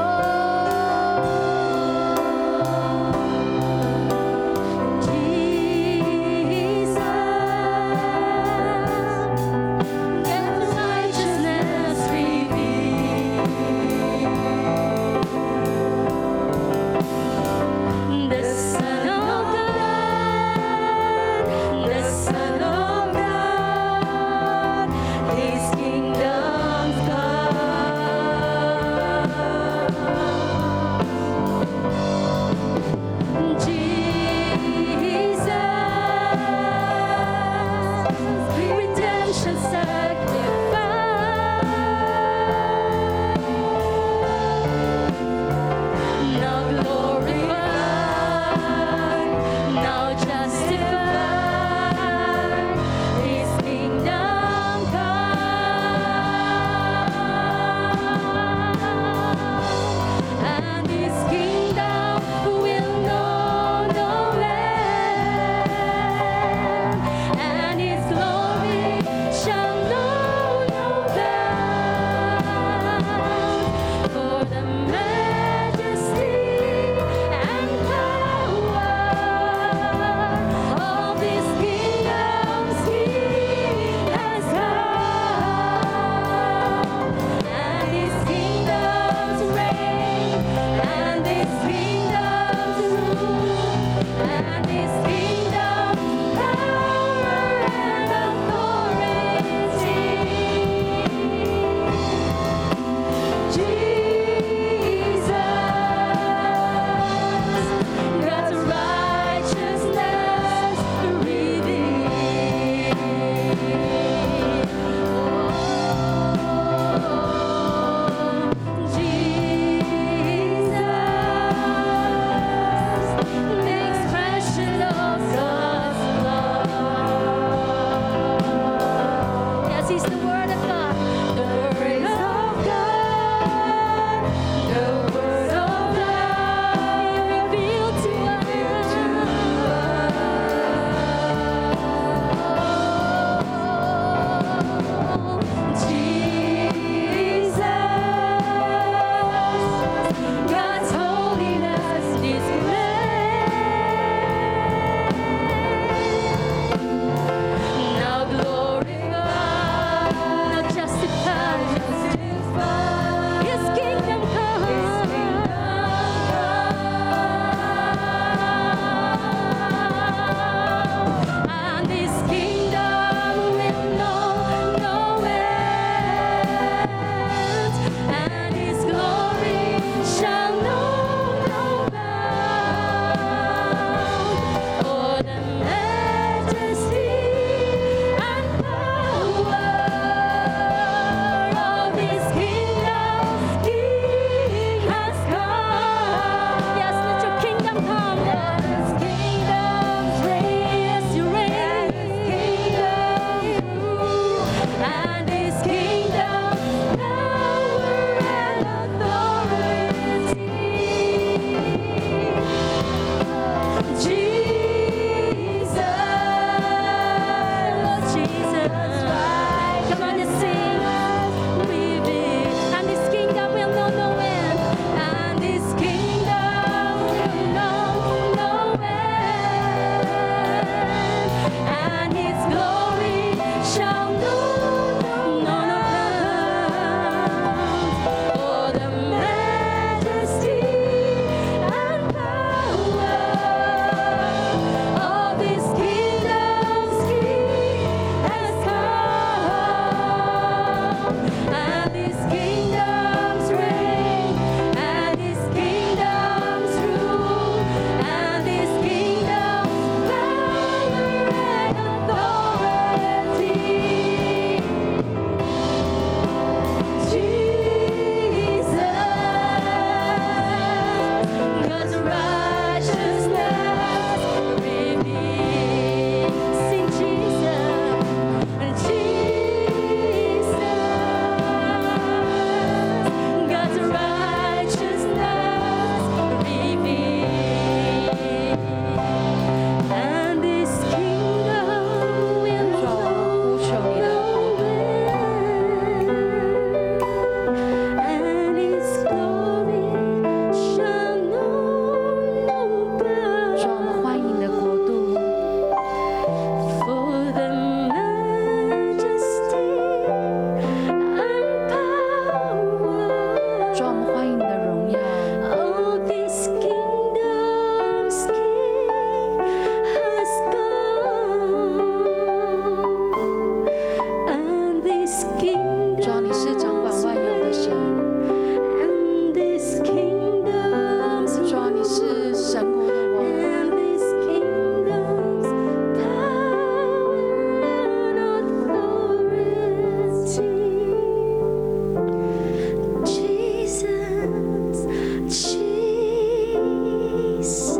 S4: faces.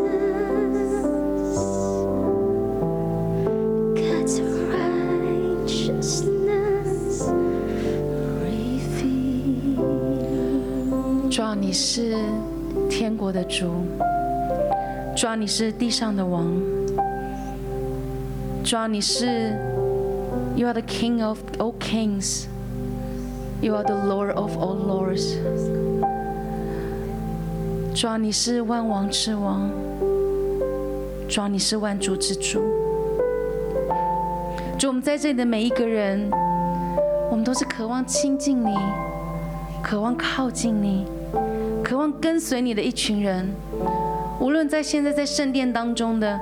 S4: God's righteousness revealed.
S5: 主啊，你是天国的主，主啊，你是地上的王，主啊，你是 You are the King of all kings, You are the Lord of all lords。主啊，你是万王之王，主啊，你是万主之主。主，我们在这里的每一个人，我们都是渴望亲近你，渴望靠近你，渴望跟随你的一群人。无论在现在在圣殿当中的，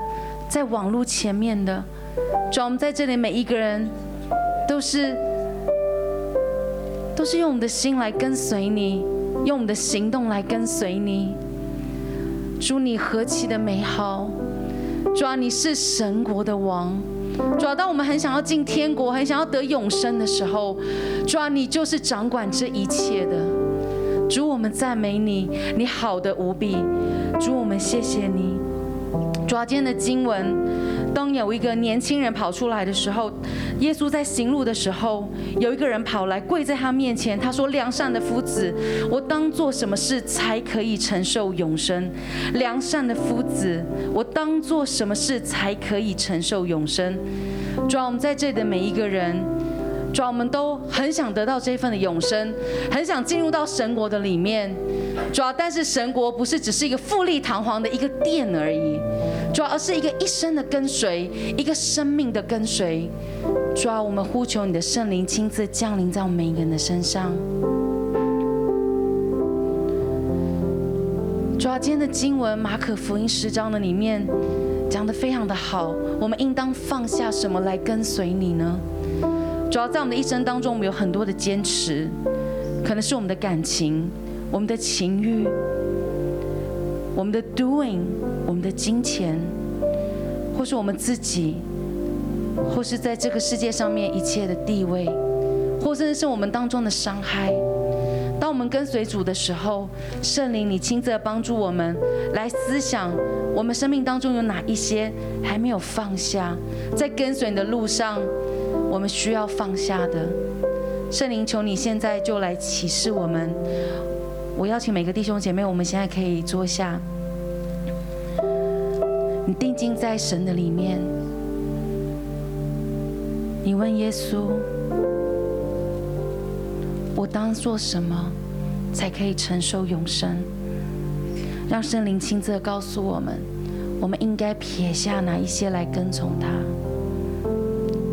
S5: 在网络前面的，主啊，我们在这里每一个人都是都是用我们的心来跟随你，用我们的行动来跟随你。主，你何其的美好！主啊，你是神国的王。主啊，当我们很想要进天国，很想要得永生的时候，主啊，你就是掌管这一切的。主，我们赞美你，你好的无比。主，我们谢谢你。主啊，今天的经文，当有一个年轻人跑出来的时候，耶稣在行路的时候，有一个人跑来跪在他面前，他说：“良善的夫子，我当做什么事才可以承受永生？良善的夫子，我当做什么事才可以承受永生？”主啊，我们在这里的每一个人，主啊，我们都很想得到这份的永生，很想进入到神国的里面。主啊，但是神国不是只是一个富丽堂皇的一个殿而已，主啊，而是一个一生的跟随，一个生命的跟随。主啊，我们呼求你的圣灵亲自降临在我们每一个人的身上。主啊，今天的经文《马可福音》十章的里面讲得非常的好，我们应当放下什么来跟随你呢？主要在我们的一生当中，我们有很多的坚持，可能是我们的感情、我们的情欲、我们的 doing、我们的金钱，或是我们自己，或是在这个世界上面一切的地位，或甚至是我们当中的伤害。当我们跟随主的时候，圣灵，你亲自地帮助我们来思想，我们生命当中有哪一些还没有放下，在跟随你的路上，我们需要放下的。圣灵，求你现在就来启示我们。我邀请每个弟兄姐妹，我们现在可以坐下，你定睛在神的里面，你问耶稣。我当做什么才可以承受永生？让圣灵亲自地告诉我们，我们应该撇下哪一些来跟从他。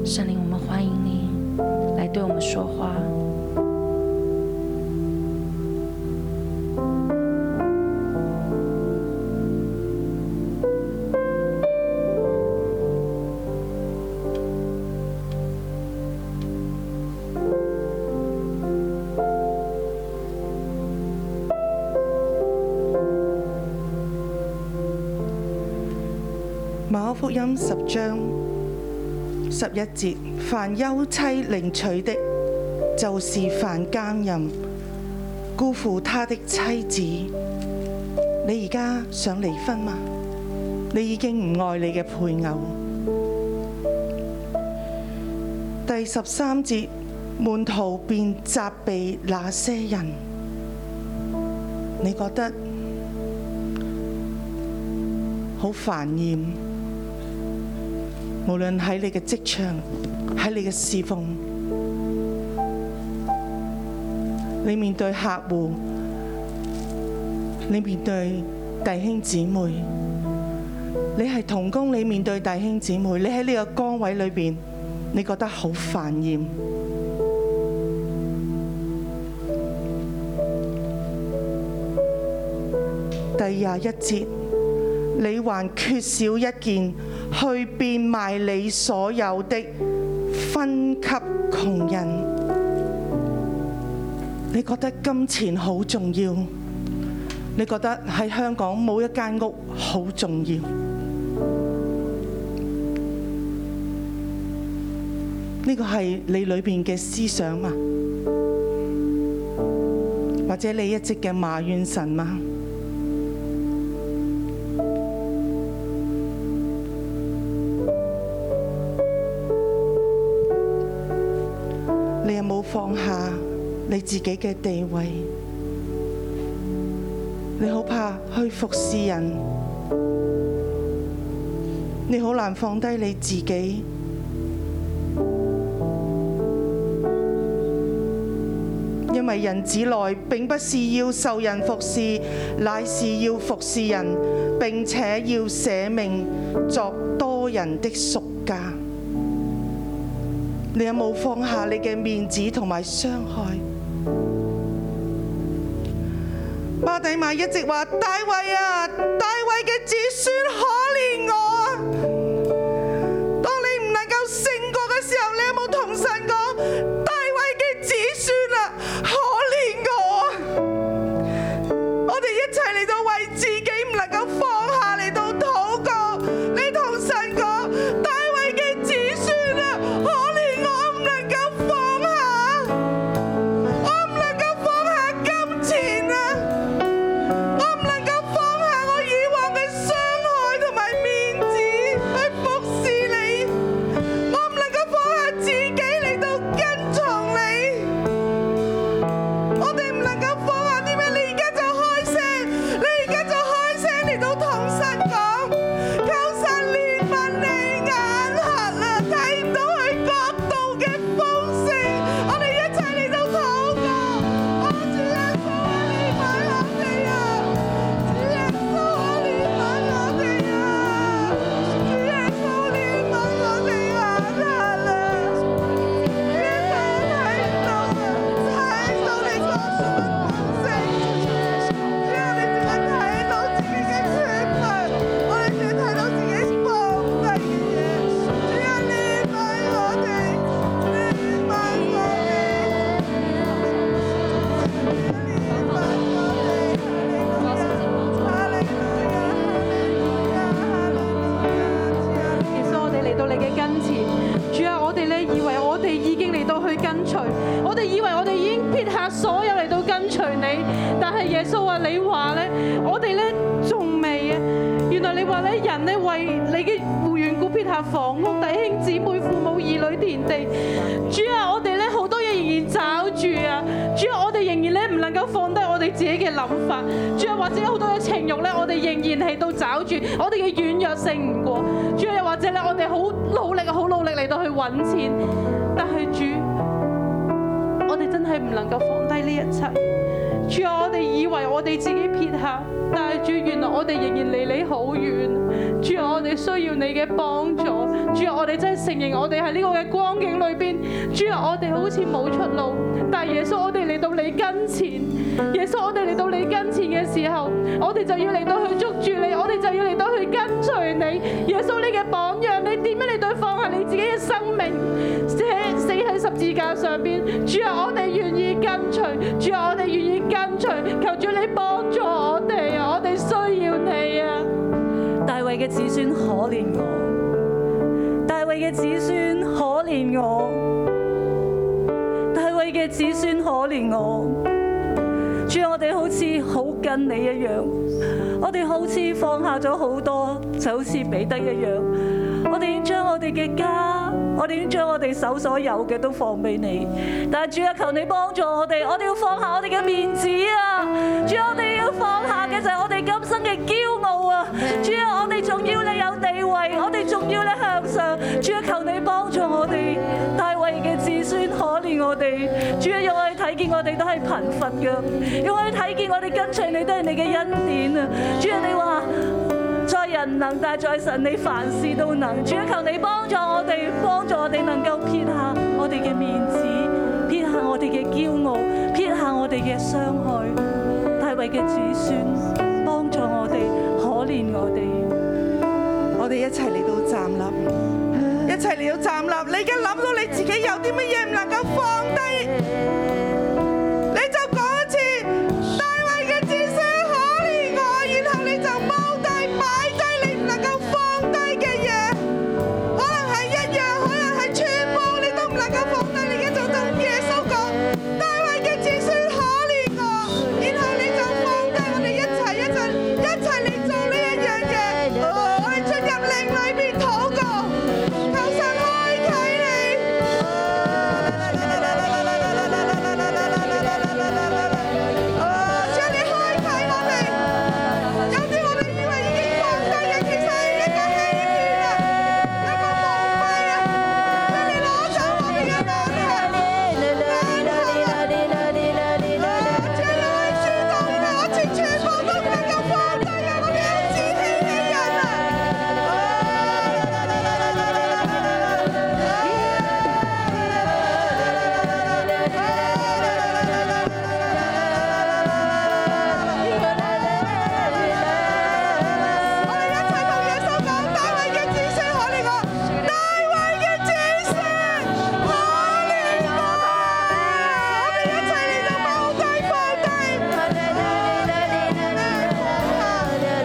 S5: 圣灵，我们欢迎你来对我们说话。
S6: 马可福音十章十一節：凡休妻另娶的，就是犯奸淫，辜負他的妻子。你而家想離婚嗎？你已經唔愛你嘅配偶。第十三節，門徒便責備那些人。你覺得好煩厭？無論喺你嘅職場，喺你嘅侍奉，你面對客戶，你面對弟兄姊妹，你係同工，你面對弟兄姊妹，你喺呢個崗位裏邊，你覺得好煩厭。第廿一節。你還缺少一件，去變賣你所有的，分給窮人。你覺得金錢好重要？你覺得喺香港冇一間屋好重要？呢個係你裏邊嘅思想嘛？或者你一直嘅埋怨神嘛？
S7: 放下你自己嘅地位，你好怕去服侍人，你好難放低你自己。因為人子來並不是要受人服侍，乃是要服侍人，並且要捨命作多人的贖價。你有冇放下你嘅面子同埋傷害？巴底馬一直話：大衛啊，大衛嘅子孫可憐我啊！當你唔能夠勝過嘅時候，你有冇同神講：大衛嘅子孫啊，可憐我啊！我哋一齊嚟到為自己唔能夠放下嚟到禱告，你同神講：大衛嘅子孫啊，可憐我唔能夠放下，我唔能夠放下金錢啊！我唔能夠放下我以往嘅傷害同埋面子去服侍你，我唔能夠放下自己嚟到跟從你，我哋唔能夠放下啲咩？你而家就開聲，你而家就開聲嚟到同神講，求神憐憫你眼瞎啦，睇唔到佢國度嘅豐盛，我哋一齊嚟到禱告，我主啊，求你憐憫我哋啊！主耶穌啊，憐憫我哋啊！主耶穌憐憫我哋眼瞎啦！主耶穌睇唔到啊，睇唔到你嗰種豐盛。主啊，你只係睇到自己嘅缺乏，我哋只睇到自己放低嘅嘢。主啊，憐憫我哋，憐憫我哋。
S8: 耶穌，我哋嚟到你嘅跟前，主啊，我哋咧以為我哋已經嚟到去跟隨，我哋以為我哋已經撇下所有嚟到跟隨你，但係耶穌話你話咧，我哋咧仲未啊！原來你話咧人咧為你嘅緣故撇下房屋、弟兄姊妹、父母、兒女、田地，主啊，我哋咧好多嘢仍然找住啊！主啊，我哋仍然咧唔能夠放低我哋自己嘅諗法，主啊，或者好多嘅情慾咧，我哋仍然喺度找住，我哋嘅軟弱勝唔過，主啊，又或者咧我哋好努力、好努力嚟到去揾錢，但係主，我哋真係唔能夠放低呢一切。主啊，我哋以為我哋自己撇下，但係主，原來我哋仍然離你好遠。主啊，我哋需要你嘅幫助。主啊，我哋真係承認我哋喺呢個嘅光景裏邊。主啊，我哋好似冇出路，但係耶穌，我哋嚟到你跟前。耶穌，我哋嚟到你跟前嘅時候，我哋就要嚟到去捉住你，我哋就要嚟到去跟隨你。耶穌，你嘅榜樣，你點樣嚟到放下你自己嘅生命，死死喺十字架上邊？主啊，我哋願意跟隨，主啊，我哋願意跟隨。求主你幫助我哋啊，我哋需要你啊！
S9: 大衛嘅子孫可憐我，大衛嘅子孫可憐我，大衛嘅子孫可憐我。主啊，我哋好似好近你一樣，我哋好似放下咗好多，就好似彼得一樣。我哋已經將我哋嘅家，我哋已經將我哋手所有嘅都放俾你。但係主啊，求你幫助我哋，我哋要放下我哋嘅面子啊！主啊，我哋要放下嘅就係我哋今生嘅驕傲啊！主啊，我哋仲要你有地位，我哋仲要你向上。主啊，求你幫助我哋，大衛嘅子孫可憐我哋。主啊，讓我哋睇見我哋都係貧乏嘅，讓我哋睇見我哋跟隨你都係你嘅恩典啊！主啊，你話。在人唔能，但係在神你凡事都能。主啊，求你幫助我哋，幫助我哋能夠撇下我哋嘅面子，撇下我哋嘅驕傲，撇下我哋嘅傷害。大衛嘅子孫幫助我哋，可憐我哋。
S7: 我哋一齊嚟到站立，一齊嚟到站立。你而家諗到你自己有啲乜嘢唔能夠放低，你就講一次大衛嘅子孫可憐我，然後你就踎低擺低你唔能夠放低嘅嘢，可能係一樣，可能係全部，你都唔能夠放低。你而家就同耶穌講，大衛嘅子孫可憐我，然後你就放低我哋一齊一齊一齊嚟做呢一樣嘢。哦我哋進入靈裏邊禱告，求神開啟你。啊啊神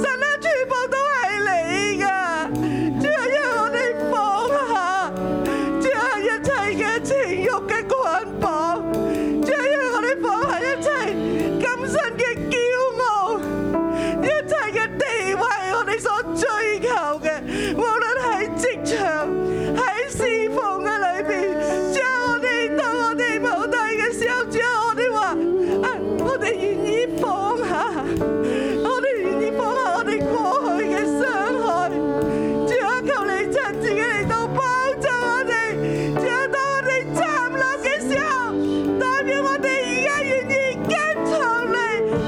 S7: 啊，全部都係你噶，主啊，因為我哋放下，主啊，一切嘅情欲嘅捆綁，主啊，因為我哋放下一切今生嘅驕傲，一切嘅地位，我哋所追求嘅，無論喺職場、喺侍奉嘅裏邊，主啊，我哋當我哋冇低嘅時候，主啊，我哋話啊，我哋願意放下。啊我哋願意放下我哋過去嘅傷害，主啊，求你親自己嚟到幫助我哋。主啊，當我哋站立嘅時候，代表我哋而家願意跟從你。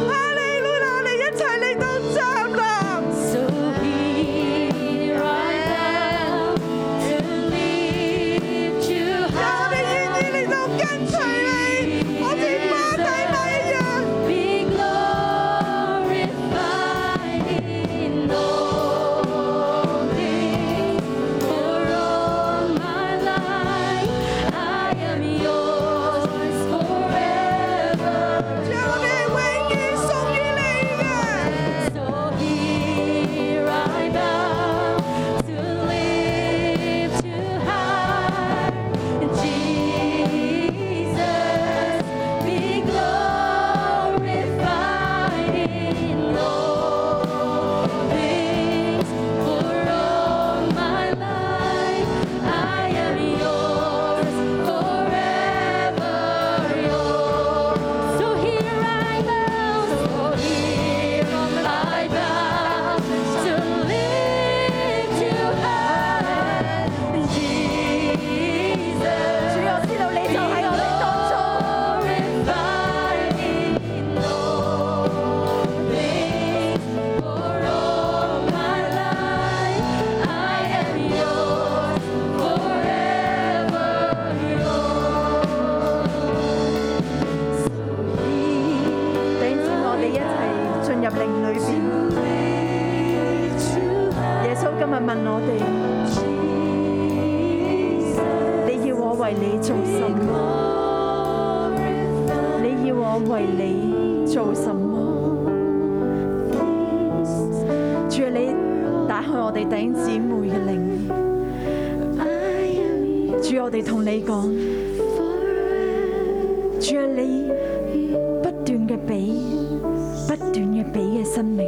S7: 哈利路亞，我哋一齊嚟到站立。主啊，我哋願意嚟到跟隨你，好似馬大馬一樣。主啊，我哋永遠屬於你嘅。
S10: 主，我知道你就喺我哋當中，頂住我哋一齊進入靈裏邊。耶穌今日問我哋：你要我為你做什麼？你要我為你做什麼？主啊，你打開我哋弟兄姊妹嘅靈，主我哋同你講，主啊，你不斷嘅俾，不斷嘅俾嘅生命，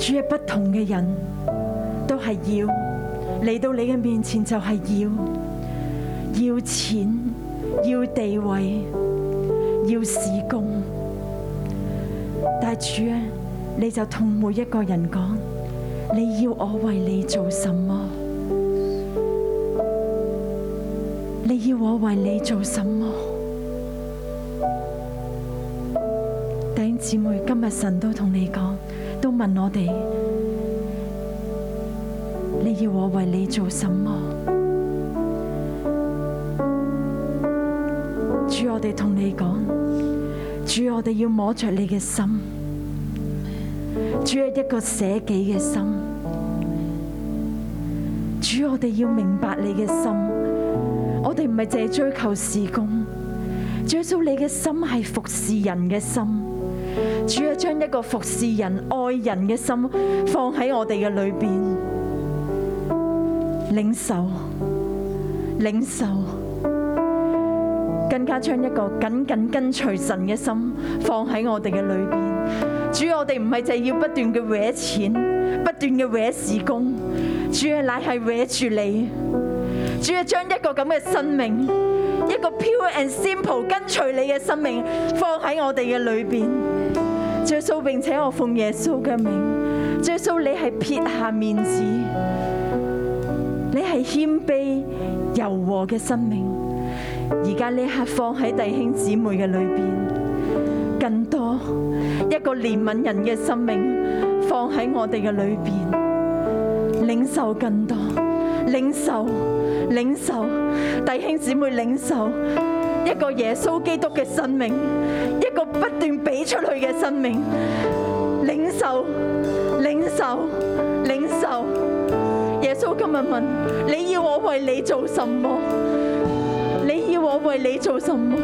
S10: 主啊，不同嘅人都係要嚟到你嘅面前就係要，要錢，要地位，要事工，但係主啊，你就同每一個人講，你要我為你做什麼？你要我為你做什麼？弟兄姊妹，今日神都同你講，都問我哋，你要我為你做什麼？主，我哋同你講，主，我哋要摸着你嘅心，主係一個捨己嘅心，主，我哋要明白你嘅心。我哋唔係淨係追求事工，主耶穌你嘅心係服侍人嘅心，主啊將一個服侍人、愛人嘅心放喺我哋嘅裏邊，領受、領受，更加將一個緊緊跟隨神嘅心放喺我哋嘅裏邊。主啊，我哋唔係淨係要不斷嘅搲錢，不斷嘅搲事工，主啊乃係搲住你。主啊，將一個咁嘅生命，一個 pure and simple 跟隨你嘅生命，放喺我哋嘅裏邊。主耶穌，並且我奉耶穌嘅名，主耶穌你係撇下面子，你係謙卑柔和嘅生命。而家呢刻放喺弟兄姊妹嘅裏邊，更多一個憐憫人嘅生命放喺我哋嘅裏邊，領受更多，領受。領受弟兄姊妹領受一個耶穌基督嘅生命，一個不斷俾出去嘅生命，領受領受領受。耶穌今日問：你要我為你做什麼？你要我我為你做什麼？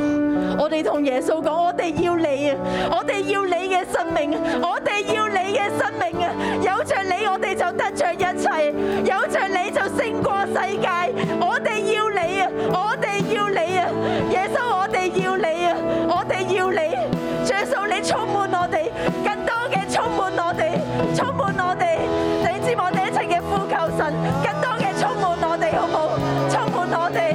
S10: 我哋同耶穌講，我哋要你啊！我哋要你嘅生命，我哋要你嘅生命啊！有着你，我哋就得着一切；有着你就勝過世界。我哋要你啊！我哋要你啊！耶穌，我哋要你啊！我哋要你，耶穌，你充滿我哋，更多嘅充滿我哋，充滿我哋。你知我哋一齊嘅呼求神，更多嘅充滿我哋，好冇？充滿我哋。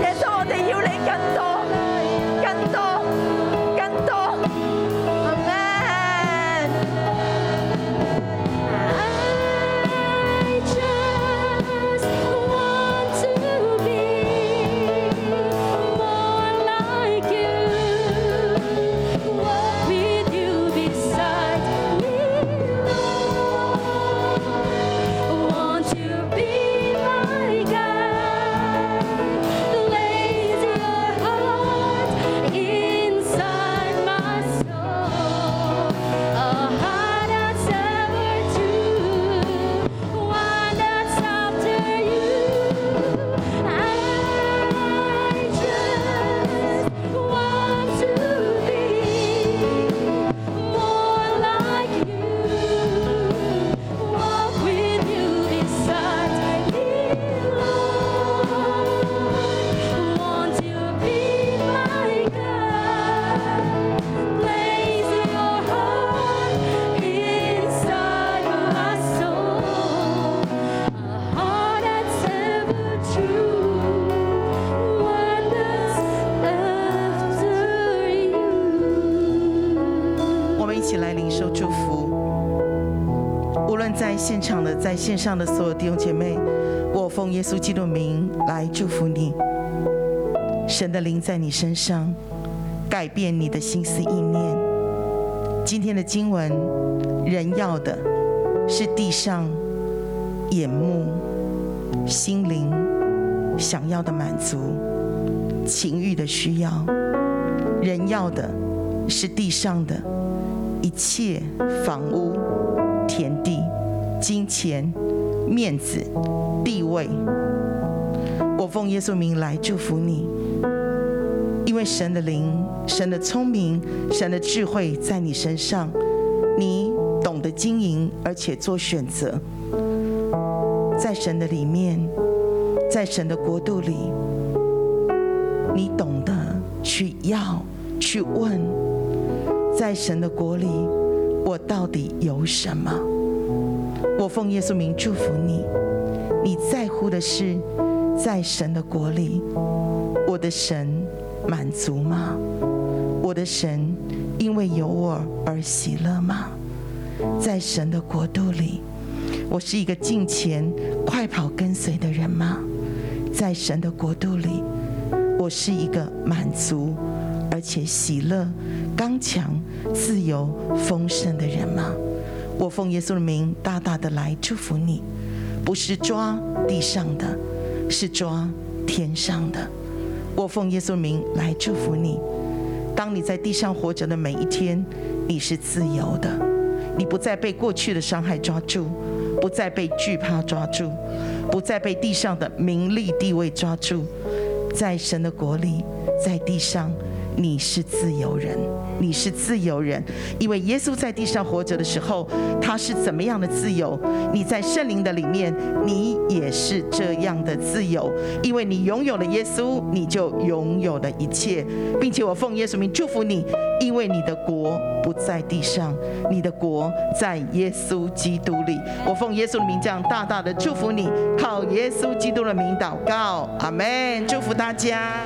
S10: 耶穌，我哋要你更多、更多、更多，阿門。
S11: 我们一起来领受祝福。无论在现场的，在线上的所有弟兄姐妹，我奉耶稣基督的名来祝福你。神的灵在你身上，改变你的心思意念。今天的经文，人要的是地上眼目、心灵想要的满足，情欲的需要。人要的是地上的一切房屋、田地、金钱、面子、地位。我奉耶稣名来祝福你，因为神的灵、神的聪明、神的智慧在你身上，你懂得经营，而且做选择，在神的里面，在神的国度里，你懂得去要、去问，在神的国里，我到底有什么？我奉耶稣名祝福你，你在乎的是在神的国里，我的神满足吗？我的神因为有我而喜乐吗？在神的国度里，我是一个敬前快跑跟随的人吗？在神的国度里，我是一个满足而且喜乐、刚强、自由、丰盛的人吗？我奉耶稣的名大大的来祝福你，不是抓地上的，是抓天上的。我奉耶稣的名来祝福你。当你在地上活着的每一天，你是自由的，你不再被过去的伤害抓住，不再被惧怕抓住，不再被地上的名利地位抓住。在神的国里，在地上，你是自由人，你是自由人，因为耶稣在地上活着的时候，他是怎么样的自由？你在圣灵的里面，你也是这样的自由，因为你拥有了耶稣，你就拥有了一切，并且我奉耶稣名祝福你，因为你的国不在地上，你的国在耶稣基督里。我奉耶稣的名这样大大的祝福你，靠耶稣基督的名祷告，阿门！祝福大家。